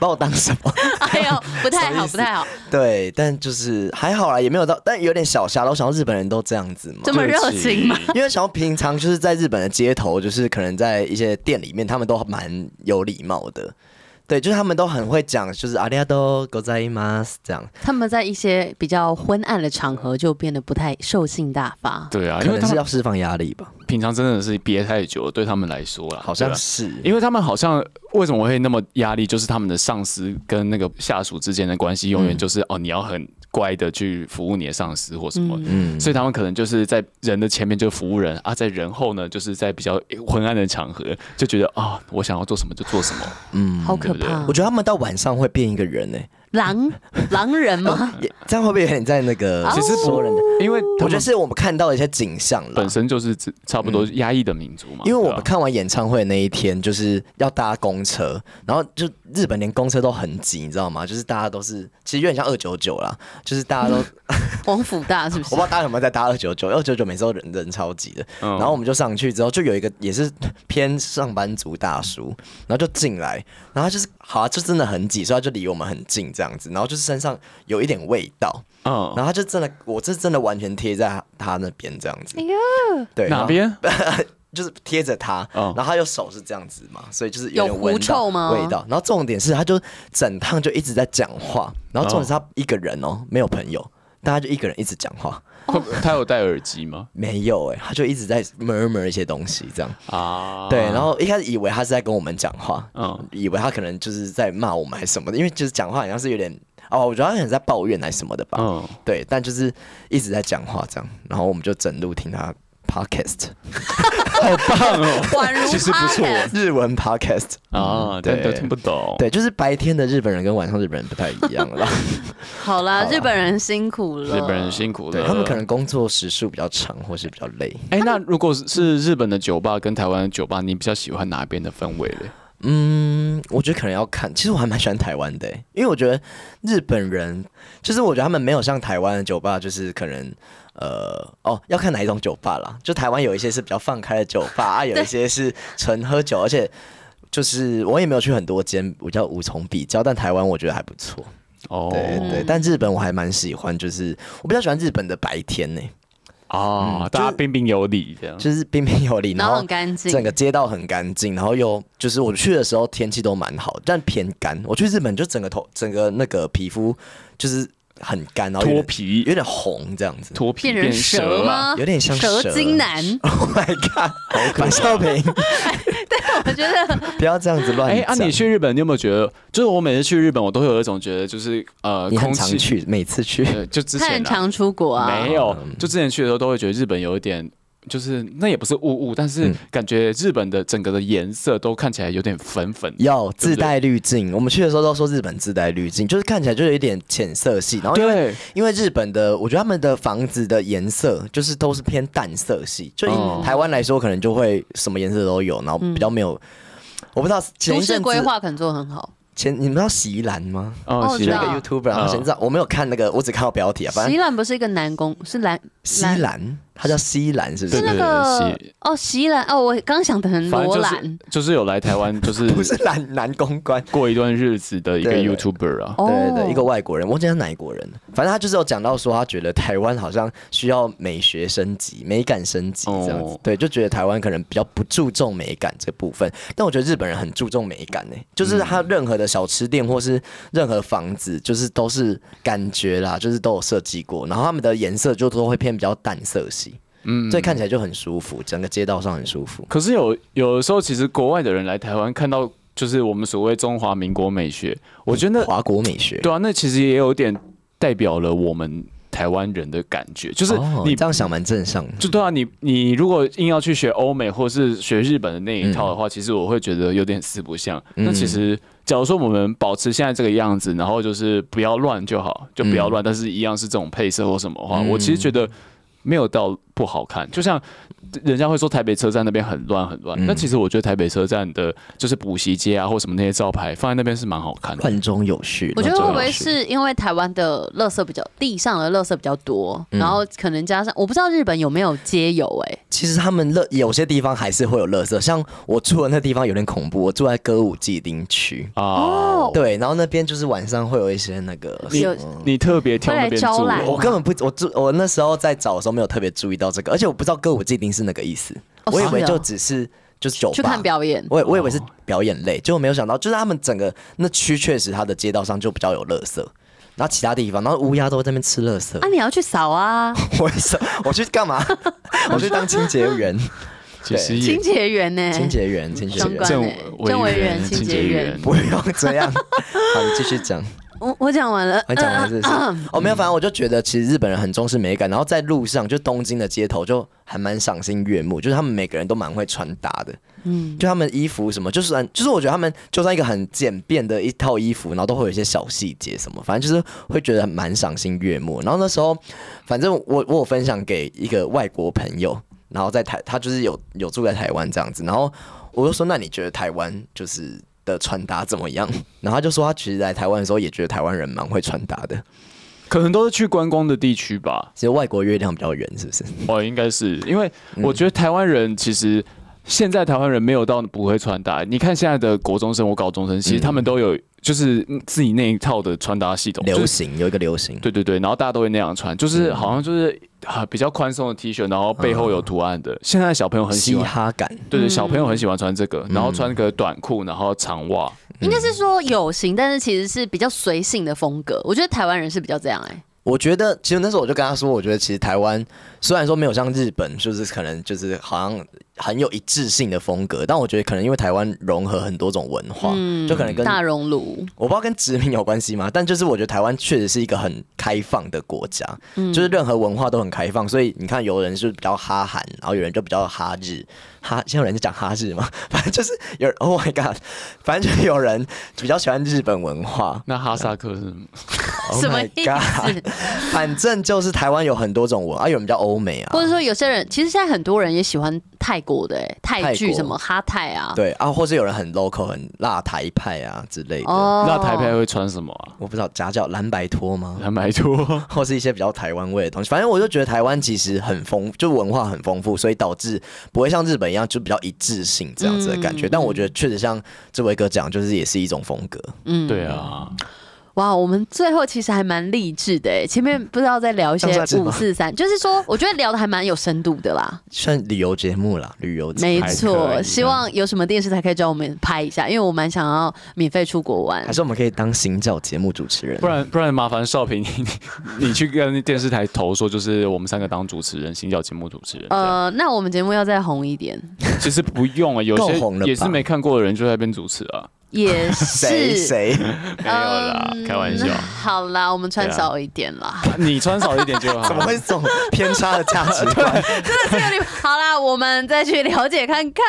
Speaker 4: 把我当什么？
Speaker 3: 哎呦，不太
Speaker 4: 什么
Speaker 3: 好，
Speaker 4: 意思
Speaker 3: 不太好，
Speaker 4: 对，但就是还好啦，也没有到，但有点小瞎了。我想到日本人都这样子嘛
Speaker 3: 这，么热情吗？
Speaker 4: 因为想要平常就是在日本的街头，就是可能在一些店里面，他们都蛮有礼貌的。对，就是他们都很会讲，就是阿里亚多狗在吗？这样
Speaker 3: 他们在一些比较昏暗的场合就变得不太兽性大发。
Speaker 2: 对啊，
Speaker 4: 可
Speaker 2: 因为
Speaker 4: 能
Speaker 2: 他
Speaker 4: 是
Speaker 2: 们
Speaker 4: 要释放压力吧，
Speaker 2: 平常真的是憋太久了，对他们来说啦，
Speaker 4: 好
Speaker 2: 对
Speaker 4: 像
Speaker 2: 啊
Speaker 4: 是。
Speaker 2: 因为他们好像为什么会那么压力，就是他们的上司跟那个下属之间的关系永
Speaker 4: 嗯
Speaker 2: 远就是、哦，你要很乖的去服务你的上司或什么的。
Speaker 4: 嗯
Speaker 2: 所以他们可能就是在人的前面就服务人啊，在人后呢，就是在比较呃昏暗的场合就觉得啊、我想要做什么就做 什么。
Speaker 4: 嗯，
Speaker 3: 好可
Speaker 2: 对不对
Speaker 3: 怕
Speaker 4: 我！觉得他们到晚上会变一个人呢、
Speaker 3: 狼狼人吗？
Speaker 4: 也这样会不会有点在那个
Speaker 3: 其实不
Speaker 4: 说人的？
Speaker 2: 因为他
Speaker 4: 我觉得
Speaker 2: 们
Speaker 4: 是我们看到的一些景象啦
Speaker 2: 本。身就是只差不多压抑的民族嘛，
Speaker 4: 嗯因为我
Speaker 2: 对
Speaker 4: 们
Speaker 2: 吧
Speaker 4: 看完演唱会的那一天，就是要搭公车，然后就日本连公车都很挤，你知道吗？就是大家都是，其实有点像二九九啦，就是大家都，我
Speaker 3: 王府大 是不
Speaker 4: 不
Speaker 3: 是
Speaker 4: 知？道大家有没有在搭二九九，二九九每次都人人超级的。
Speaker 2: 嗯
Speaker 4: 然后我们就上去之后，就有一个也是偏上班族大叔，然后就进来，然后他就是好、啊，就真的很挤，所以他就离我们很近这样子，然后就是身上有一点味道，
Speaker 2: 嗯，
Speaker 4: 然后他就真的，我这真的完全贴在他他那边这
Speaker 3: 哎
Speaker 4: 样子。对，然
Speaker 2: 哪
Speaker 4: 后
Speaker 2: 边？
Speaker 4: 就是贴着他，
Speaker 2: 哦
Speaker 4: 然后他又手是这样子嘛，所以就是
Speaker 3: 有
Speaker 4: 点
Speaker 3: 狐
Speaker 4: 闻到
Speaker 3: 臭吗
Speaker 4: 味道。然后重点是，他就整趟就一直在讲话，然后重点是他一个人哦，没有朋友，但他就一个人一直讲话，
Speaker 2: 会他有戴耳机 吗？
Speaker 4: 没有哎、他就一直在 murmur 一些东西这样。
Speaker 2: 啊，
Speaker 4: 对，然后一开始以为他是在跟我们讲话，
Speaker 2: 嗯
Speaker 4: 以为他可能就是在骂我们还是什么的，因为就是讲话好像是有点哦，我觉得他可能在抱怨还是什么的吧。
Speaker 2: 嗯，
Speaker 4: 对，但就是一直在讲话这样，然后我们就整路听他 podcast
Speaker 2: 好棒哦，
Speaker 3: 宛如
Speaker 2: 其实不错
Speaker 3: podcast
Speaker 4: 日文 podcast。
Speaker 2: 啊，但
Speaker 4: 嗯对
Speaker 2: 都听不懂。
Speaker 4: 对，就是白天的日本人跟晚上日本人不太一样 了。
Speaker 3: 好啦，日本人辛苦了。
Speaker 2: 日本人辛苦
Speaker 4: 对
Speaker 2: 了，
Speaker 4: 他们可能工作时数比较长，或是比较累。
Speaker 2: 哎、那如果是是日本的酒吧跟台湾的酒吧，你比较喜欢哪边的氛围嘞？
Speaker 4: 嗯，我觉得可能要看。其实我还蛮喜欢台湾的欸、因为我觉得日本人就是我觉得他们没有像台湾的酒吧，就是可能呃哦要看哪一种酒吧啦。就台湾有一些是比较放开的酒吧，啊有一些是纯喝酒，而且就是我也没有去很多间，我叫无从比较。但台湾我觉得还不错，
Speaker 2: 哦，
Speaker 4: 对对。但日本我还蛮喜欢，就是我比较喜欢日本的白天呢、
Speaker 2: 啊、
Speaker 4: 嗯
Speaker 2: 大家
Speaker 4: 就是
Speaker 2: 彬彬有礼这样。
Speaker 4: 就是彬彬有礼，
Speaker 3: 然
Speaker 4: 然
Speaker 3: 后
Speaker 4: 后
Speaker 3: 很干净
Speaker 4: 整个街道很干净，然后又就是我去的时候天气都蛮好，但偏干。我去日本就整个头整个那个皮肤就是很干，然后
Speaker 2: 脱
Speaker 4: 有点有
Speaker 2: 皮，
Speaker 4: 点红这样子。
Speaker 2: 脱皮
Speaker 3: 变成蛇
Speaker 2: 蛇啊！
Speaker 3: 吗？
Speaker 4: 有点像蛇
Speaker 3: 蛇精男，
Speaker 4: Oh my god！白少平，
Speaker 3: 我觉得
Speaker 4: 不要这样子乱
Speaker 2: 哎、
Speaker 4: 讲。
Speaker 2: 啊，你去日本，你有没有觉得，就是我每次去日本，我都会有一种觉得，就是呃，
Speaker 4: 你很
Speaker 2: 空
Speaker 4: 常
Speaker 2: 气，
Speaker 4: 去，每次去
Speaker 2: 呃，就之
Speaker 3: 他
Speaker 2: 前
Speaker 3: 很
Speaker 2: 啊
Speaker 3: 常出国啊
Speaker 2: 没。有，嗯就之前去的时候都会觉得日本有一点，就是那也不是雾雾，但是感觉日本的整个的颜色都看起来有点粉粉的。
Speaker 4: 有
Speaker 2: 对
Speaker 4: 自带滤镜。我们去的时候都说日本自带滤镜，就是看起来就有一点浅色系，然后因为
Speaker 2: 对，
Speaker 4: 因为日本的，我觉得他们的房子的颜色就是都是偏淡色系，就
Speaker 2: 哦
Speaker 4: 以台湾来说，可能就会什么颜色都有，然后比较没有，
Speaker 2: 嗯
Speaker 4: 我不知道前
Speaker 3: 都
Speaker 4: 一
Speaker 3: 市
Speaker 4: 阵
Speaker 3: 规
Speaker 4: 子
Speaker 3: 划可能做得很好，
Speaker 4: 前你们知道席兰吗？
Speaker 2: 哦，
Speaker 3: 哦
Speaker 2: 是
Speaker 3: 知
Speaker 4: 有一
Speaker 3: 道
Speaker 4: 个 YouTuber，然后前阵子我没有看那个，我只看到标题啊，反
Speaker 3: 席
Speaker 4: 正
Speaker 3: 兰不是一个男公，是男
Speaker 4: 西兰，他叫西兰是不
Speaker 2: 对
Speaker 3: 是
Speaker 4: 是？
Speaker 3: 那个哦，席兰哦，我刚想的很
Speaker 2: 反
Speaker 3: 罗
Speaker 2: 正就是
Speaker 3: 兰
Speaker 2: 就是有来台湾，就是
Speaker 4: 不是 男男公关，
Speaker 2: 过一段日子的一个
Speaker 4: 对对
Speaker 2: YouTuber 啊。
Speaker 3: 哦，
Speaker 4: 对对，一个外国人，我忘记他哪一国人了，反正他就是有讲到说，他觉得台湾好像需要美学升级、美感升级这样子，
Speaker 2: 哦
Speaker 4: 对，就觉得台湾可能比较不注重美感这部分，但我觉得日本人很注重美感呢、就是他任何的小吃店或是任何房子，就是都是感觉啦，就是都有设计过，然后他们的颜色就都会偏比较淡色系，
Speaker 2: 嗯，
Speaker 4: 所以看起来就很舒服，整个街道上很舒服。
Speaker 2: 可是有有的时候，其实国外的人来台湾看到，就是我们所谓中华民国美学，我觉得那
Speaker 4: 华国美学，
Speaker 2: 对啊，那其实也有点代表了我们台湾人的感觉，就是
Speaker 4: 哦
Speaker 2: 你
Speaker 4: 这样想蛮正向的。
Speaker 2: 就对啊，你你如果硬要去学欧美或是学日本的那一套的话，其实我会觉得有点四不像。那其实，假如说我们保持现在这个样子，然后就是不要乱就好，就不要乱，但是一样是这种配色或什么的话，我其实觉得没有到不不好看。就像人家会说台北车站那边很乱很乱，那、其实我觉得台北车站的就是补习街啊，或什么那些招牌放在那边是蛮好看的。
Speaker 4: 乱中有序。
Speaker 3: 我觉得会不会
Speaker 4: 乱中有序
Speaker 3: 是因为台湾的垃圾比较地上的垃圾比较多，然后可能加上我不知道日本有没有街友哎、
Speaker 4: 其实他们乐有些地方还是会有乐色，像我住的那地方有点恐怖，我住在歌舞伎町区。
Speaker 3: 哦
Speaker 2: 啊，
Speaker 4: 对，然后那边就是晚上会有一些那个
Speaker 2: 你
Speaker 4: 什
Speaker 3: 有
Speaker 4: 么
Speaker 2: 你特别挑那边
Speaker 3: 会来招
Speaker 2: 住，
Speaker 3: 揽
Speaker 4: 我根本不，我注我那时候在找的时候没有特别注意到这个，而且我不知道歌舞伎町是那个意思，
Speaker 3: 哦
Speaker 4: 我以
Speaker 3: 是
Speaker 4: 为
Speaker 3: 哦
Speaker 4: 就只是就是酒吧
Speaker 3: 去看表演。
Speaker 4: 我也我以为是表演类，结果没有想到，就是他们整个那区确实它的街道上就比较有垃圾，然后其他地方，然后乌鸦都在那边吃垃圾
Speaker 3: 啊，，你要去扫啊，
Speaker 4: 我是我去干 嘛？我去当清洁员，
Speaker 2: 其实也
Speaker 3: 清洁员呢？
Speaker 4: 清洁员，清洁
Speaker 3: 相关
Speaker 4: 员，
Speaker 2: 正
Speaker 3: 欸
Speaker 2: 委
Speaker 3: 郑委员
Speaker 2: 清
Speaker 3: 清
Speaker 2: 洁
Speaker 3: 洁
Speaker 2: 员
Speaker 3: 员，
Speaker 4: 不用这样。好，你继续讲，
Speaker 3: 我我讲完了，
Speaker 4: 我讲完是不是？哦，没有，反正我就觉得其实日本人很重视美感，然后在路上，就东京的街头就还蛮赏心悦目，就是他们每个人都蛮会穿搭的。
Speaker 3: 嗯，
Speaker 4: 就他们衣服什么，就是很就是我觉得他们就算一个很简便的一套衣服，然后都会有一些小细节什么，反正就是会觉得蛮赏心悦目。然后那时候，反正我我有分享给一个外国朋友，然后在台他就是有有住在台湾这样子，然后我就说那你觉得台湾就是的穿搭怎么样？ 然后他就说他其实来台湾的时候也觉得台湾人蛮会穿搭的，
Speaker 2: 可能都是去观光的地区吧。
Speaker 4: 其实外国月亮比较圆，是不是？
Speaker 2: 哦，应该是因为
Speaker 4: 嗯
Speaker 2: 我觉得台湾人其实。现在台湾人没有到不会穿搭，你看现在的国中生或高中生，
Speaker 4: 嗯
Speaker 2: 其实他们都有就是自己那一套的穿搭系统，就
Speaker 4: 流
Speaker 2: 是
Speaker 4: 行有一嗯个流行，
Speaker 2: 对对对，然后大家都会那样穿，就是好像就是啊比较宽松的 T 恤，然后背后有图案的。现在的小朋友很喜
Speaker 4: 嗯嘻
Speaker 2: 欢，
Speaker 4: 哈嗯感，
Speaker 2: 对对，小朋友很喜欢穿这个，然后穿个短裤，然后长袜，
Speaker 3: 应该是说有型，但是其实是比较随性的风格。我觉得台湾人是比较这样哎、
Speaker 4: 我觉得，其实那时候我就跟他说，我觉得其实台湾虽然说没有像日本，就是可能就是好像很有一致性的风格，但我觉得可能因为台湾融合很多种文化，
Speaker 2: 嗯
Speaker 4: 就可能跟
Speaker 3: 大熔炉，
Speaker 4: 我不知道跟殖民有关系吗？但就是我觉得台湾确实是一个很开放的国家，
Speaker 3: 嗯
Speaker 4: 就是任何文化都很开放，所以你看有人是比较哈韩，然后有人就比较哈日，哈现在有人在讲哈日吗？ 反正就是有人 Oh my God，反正就是有人比较喜欢日本文化，
Speaker 2: 那哈萨克是什么
Speaker 4: Oh
Speaker 3: 什么
Speaker 4: my
Speaker 3: 意思
Speaker 4: God 反正就是台湾有很多种文化，啊有人叫欧美啊
Speaker 3: 或，者说有些人其实现在很多人也喜欢泰国的哎、泰
Speaker 4: 泰
Speaker 3: 剧
Speaker 4: 国
Speaker 3: 什么哈泰啊，
Speaker 4: 对啊，或是有人很 local 很辣台派啊之类的。
Speaker 3: 哦，
Speaker 2: 那台北会穿什么啊？
Speaker 4: 我不知道夹角蓝白拖吗？
Speaker 2: 蓝白拖，
Speaker 4: 或是一些比较台湾味的东西，反正我就觉得台湾其实很丰，就文化很丰富，所以导致不会像日本一样就比较一致性这样子的感觉。但我觉得确实像志伟哥讲，就是也是一种风格。
Speaker 3: 嗯
Speaker 2: 对啊，
Speaker 3: 哇，我们最后其实还蛮励志的哎，前面不知道在聊一些
Speaker 4: 上下集吗
Speaker 3: 五四三，就 是说我觉得聊的还蛮有深度的啦。
Speaker 4: 算旅游节目啦，旅游节目
Speaker 3: 没
Speaker 2: 还可
Speaker 3: 错，
Speaker 2: 以
Speaker 3: 希望有什么电视台可以找我们拍一下，因为我蛮想要免费出国玩
Speaker 4: 还。是我们可以当行脚节目主持人
Speaker 2: 不。然不然麻烦少平 你你你去跟电视台投说，就是我们三个当主持人，新角节目主持人这样。
Speaker 3: 呃，那我们节目要再红 一点，
Speaker 2: 其实不用啊，有
Speaker 4: 够红
Speaker 2: 些
Speaker 4: 了吧
Speaker 2: 也是没看过的人就在那边主持啊，
Speaker 3: 也
Speaker 4: 谁
Speaker 3: 是
Speaker 4: 谁？
Speaker 2: 没有啦，开玩 笑
Speaker 3: 嗯。好啦，我们穿
Speaker 2: 对啊
Speaker 3: 少一点啦。
Speaker 2: 你穿少一点就好。啊
Speaker 4: 怎么会这种偏差的价值 观？
Speaker 3: 这个你好啦，我们再去了解看看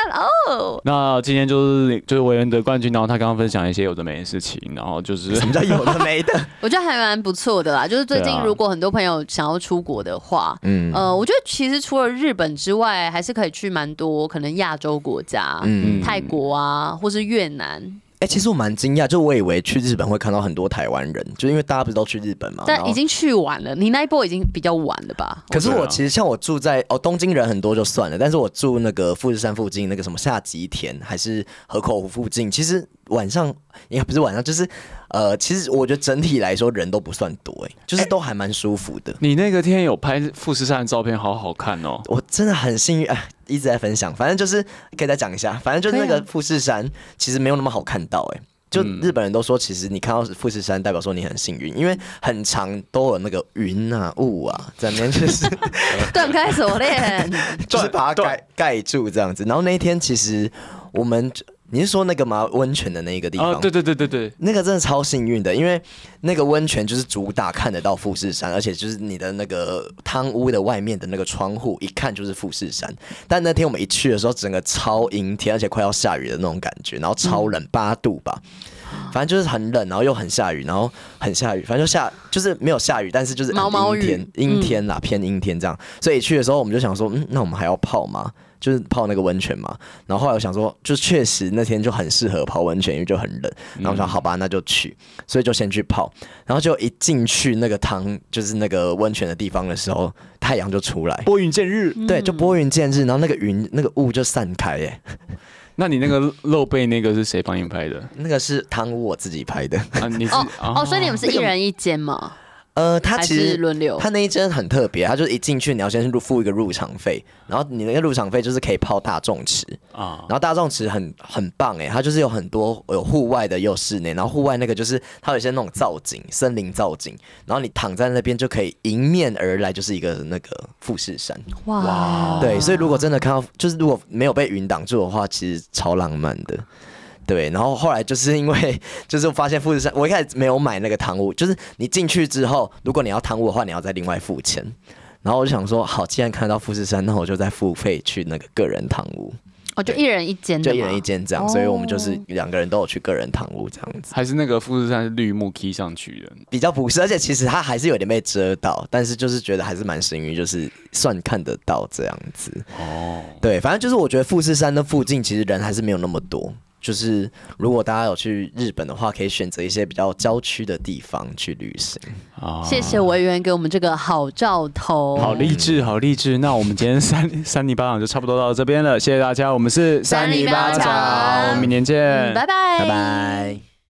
Speaker 3: 哦。
Speaker 2: 那今天就是就是维恩的冠军，然后他刚刚分享一些有的没的事情，然后就是
Speaker 4: 什么叫有的没 的？
Speaker 3: 我觉得还蛮不错的啦，就是最
Speaker 2: 对
Speaker 3: 近
Speaker 2: 啊
Speaker 3: 如果很多朋友想要出国的话，
Speaker 4: 嗯
Speaker 3: 呃，我觉得其实除了日本之外，还是可以去蛮多可能亚洲国家，
Speaker 4: 嗯，
Speaker 3: 泰国啊，或是越南，
Speaker 4: 哎、其实我蛮惊讶，就我以为去日本会看到很多台湾人，就因为大家不是都去日本嘛。然
Speaker 3: 但
Speaker 4: 后
Speaker 3: 已。经去晚了。你那一波已经比较晚了 吧？
Speaker 4: 可是
Speaker 2: 对啊
Speaker 4: 我其实像我住在哦东京人很多就算了，但是我住那个富士山附近那个什么下吉田还是河口湖附近，其实晚上也不是晚上，就是呃，其实我觉得整体来说人都不算多、哎，就是都还蛮舒服的。
Speaker 2: 你那个天有拍富士山的照片，好好看哦。
Speaker 4: 我真的很幸运，哎，一直在分享，反正就是可以再讲一下，反正就是
Speaker 3: 可
Speaker 4: 那
Speaker 3: 以
Speaker 4: 个
Speaker 3: 啊
Speaker 4: 富士山其实没有那么好看到、哎，就日本人都说，其实你看到富士山，代表说你很幸运，因为很长都有那个云啊、雾啊在那边，就是
Speaker 3: 断开锁 链，
Speaker 4: 就是把它
Speaker 2: 对
Speaker 4: 盖盖住这样子。然后那一天其实我们，你是说那个吗？温泉的那个地方？
Speaker 2: 啊，对对对对对，
Speaker 4: 那个真的超幸运的，因为那个温泉就是主打看得到富士山，而且就是你的那个汤屋的外面的那个窗户，一看就是富士山。但那天我们一去的时候，整个超阴天，而且快要下雨的那种感觉，然后超冷，八度吧。反正就是很冷，然后又很下雨，然后很下雨，反正就下就是没有下雨，但是就是很
Speaker 3: 毛毛雨嗯
Speaker 4: 阴天，阴天啦，偏阴天这样。所以去的时候我们就想说，嗯，那我们还要泡吗？就是泡那个温泉嘛。然后后来我想说，就确实那天就很适合泡温泉，因为就很冷。然后
Speaker 2: 嗯
Speaker 4: 我想，好吧，那就去，所以就先去泡。然后就一进去那个汤，就是那个温泉的地方的时候，太阳就出来，
Speaker 2: 拨云见日。
Speaker 3: 嗯
Speaker 4: 对，就拨云见日，然后那个云那个雾就散开，哎耶。
Speaker 2: 那你那个露背那个是谁帮你拍的？
Speaker 4: 那个是汤屋我自己拍的。
Speaker 2: 啊，你是啊
Speaker 3: 哦哦，所以你们是一人一间吗？
Speaker 4: 呃，他
Speaker 3: 还
Speaker 4: 其
Speaker 3: 是
Speaker 4: 实
Speaker 3: 轮流？
Speaker 4: 他那一间很特别，他就是一进去你要先入付一个入场费，然后你那个入场费就是可以泡大众池，
Speaker 2: 啊
Speaker 4: 然，后大众池很很棒哎，它就是有很多有户外的，也有室内，然后户外那个就是它有一些那种造景，森林造景，然后你躺在那边就可以迎面而来就是一个那个富士山，
Speaker 3: 哇，
Speaker 4: 对，所以如果真的看到，就是如果没有被云挡住的话，其实超浪漫的。对，然后后来就是因为， 就是我发现富士山，我一开始没有买那个汤屋，就是你进去之后，如果你要汤屋的话，你要再另外付钱。然后我就想说，好，既然看到富士山，那我就再付费去那个个人汤屋，
Speaker 3: 哦，就一人一间的
Speaker 4: 就
Speaker 3: 吗，
Speaker 4: 一人一间这样，所以我们就是两个人都有去个人汤屋这样子，
Speaker 2: 还是那个富士山是绿木 key 上去的。
Speaker 4: 比较朴实，而且其实它还是有点被遮到，但是就是觉得还是蛮幸运，就是算看得到这样子。
Speaker 2: 哦，
Speaker 4: 对，反正就是我觉得富士山的附近其实人还是没有那么多。就是如果大家有去日本的话，可以选择一些比较郊区的地方去旅行。
Speaker 2: 啊
Speaker 3: 谢谢委员给我们这个好兆头，
Speaker 2: 好励志，好励志。那我们今天三三里八掌就差不多到这边了，谢谢大家。我们是
Speaker 3: 三里八掌
Speaker 2: 我们明年见，
Speaker 3: 嗯，拜拜，
Speaker 4: 拜拜。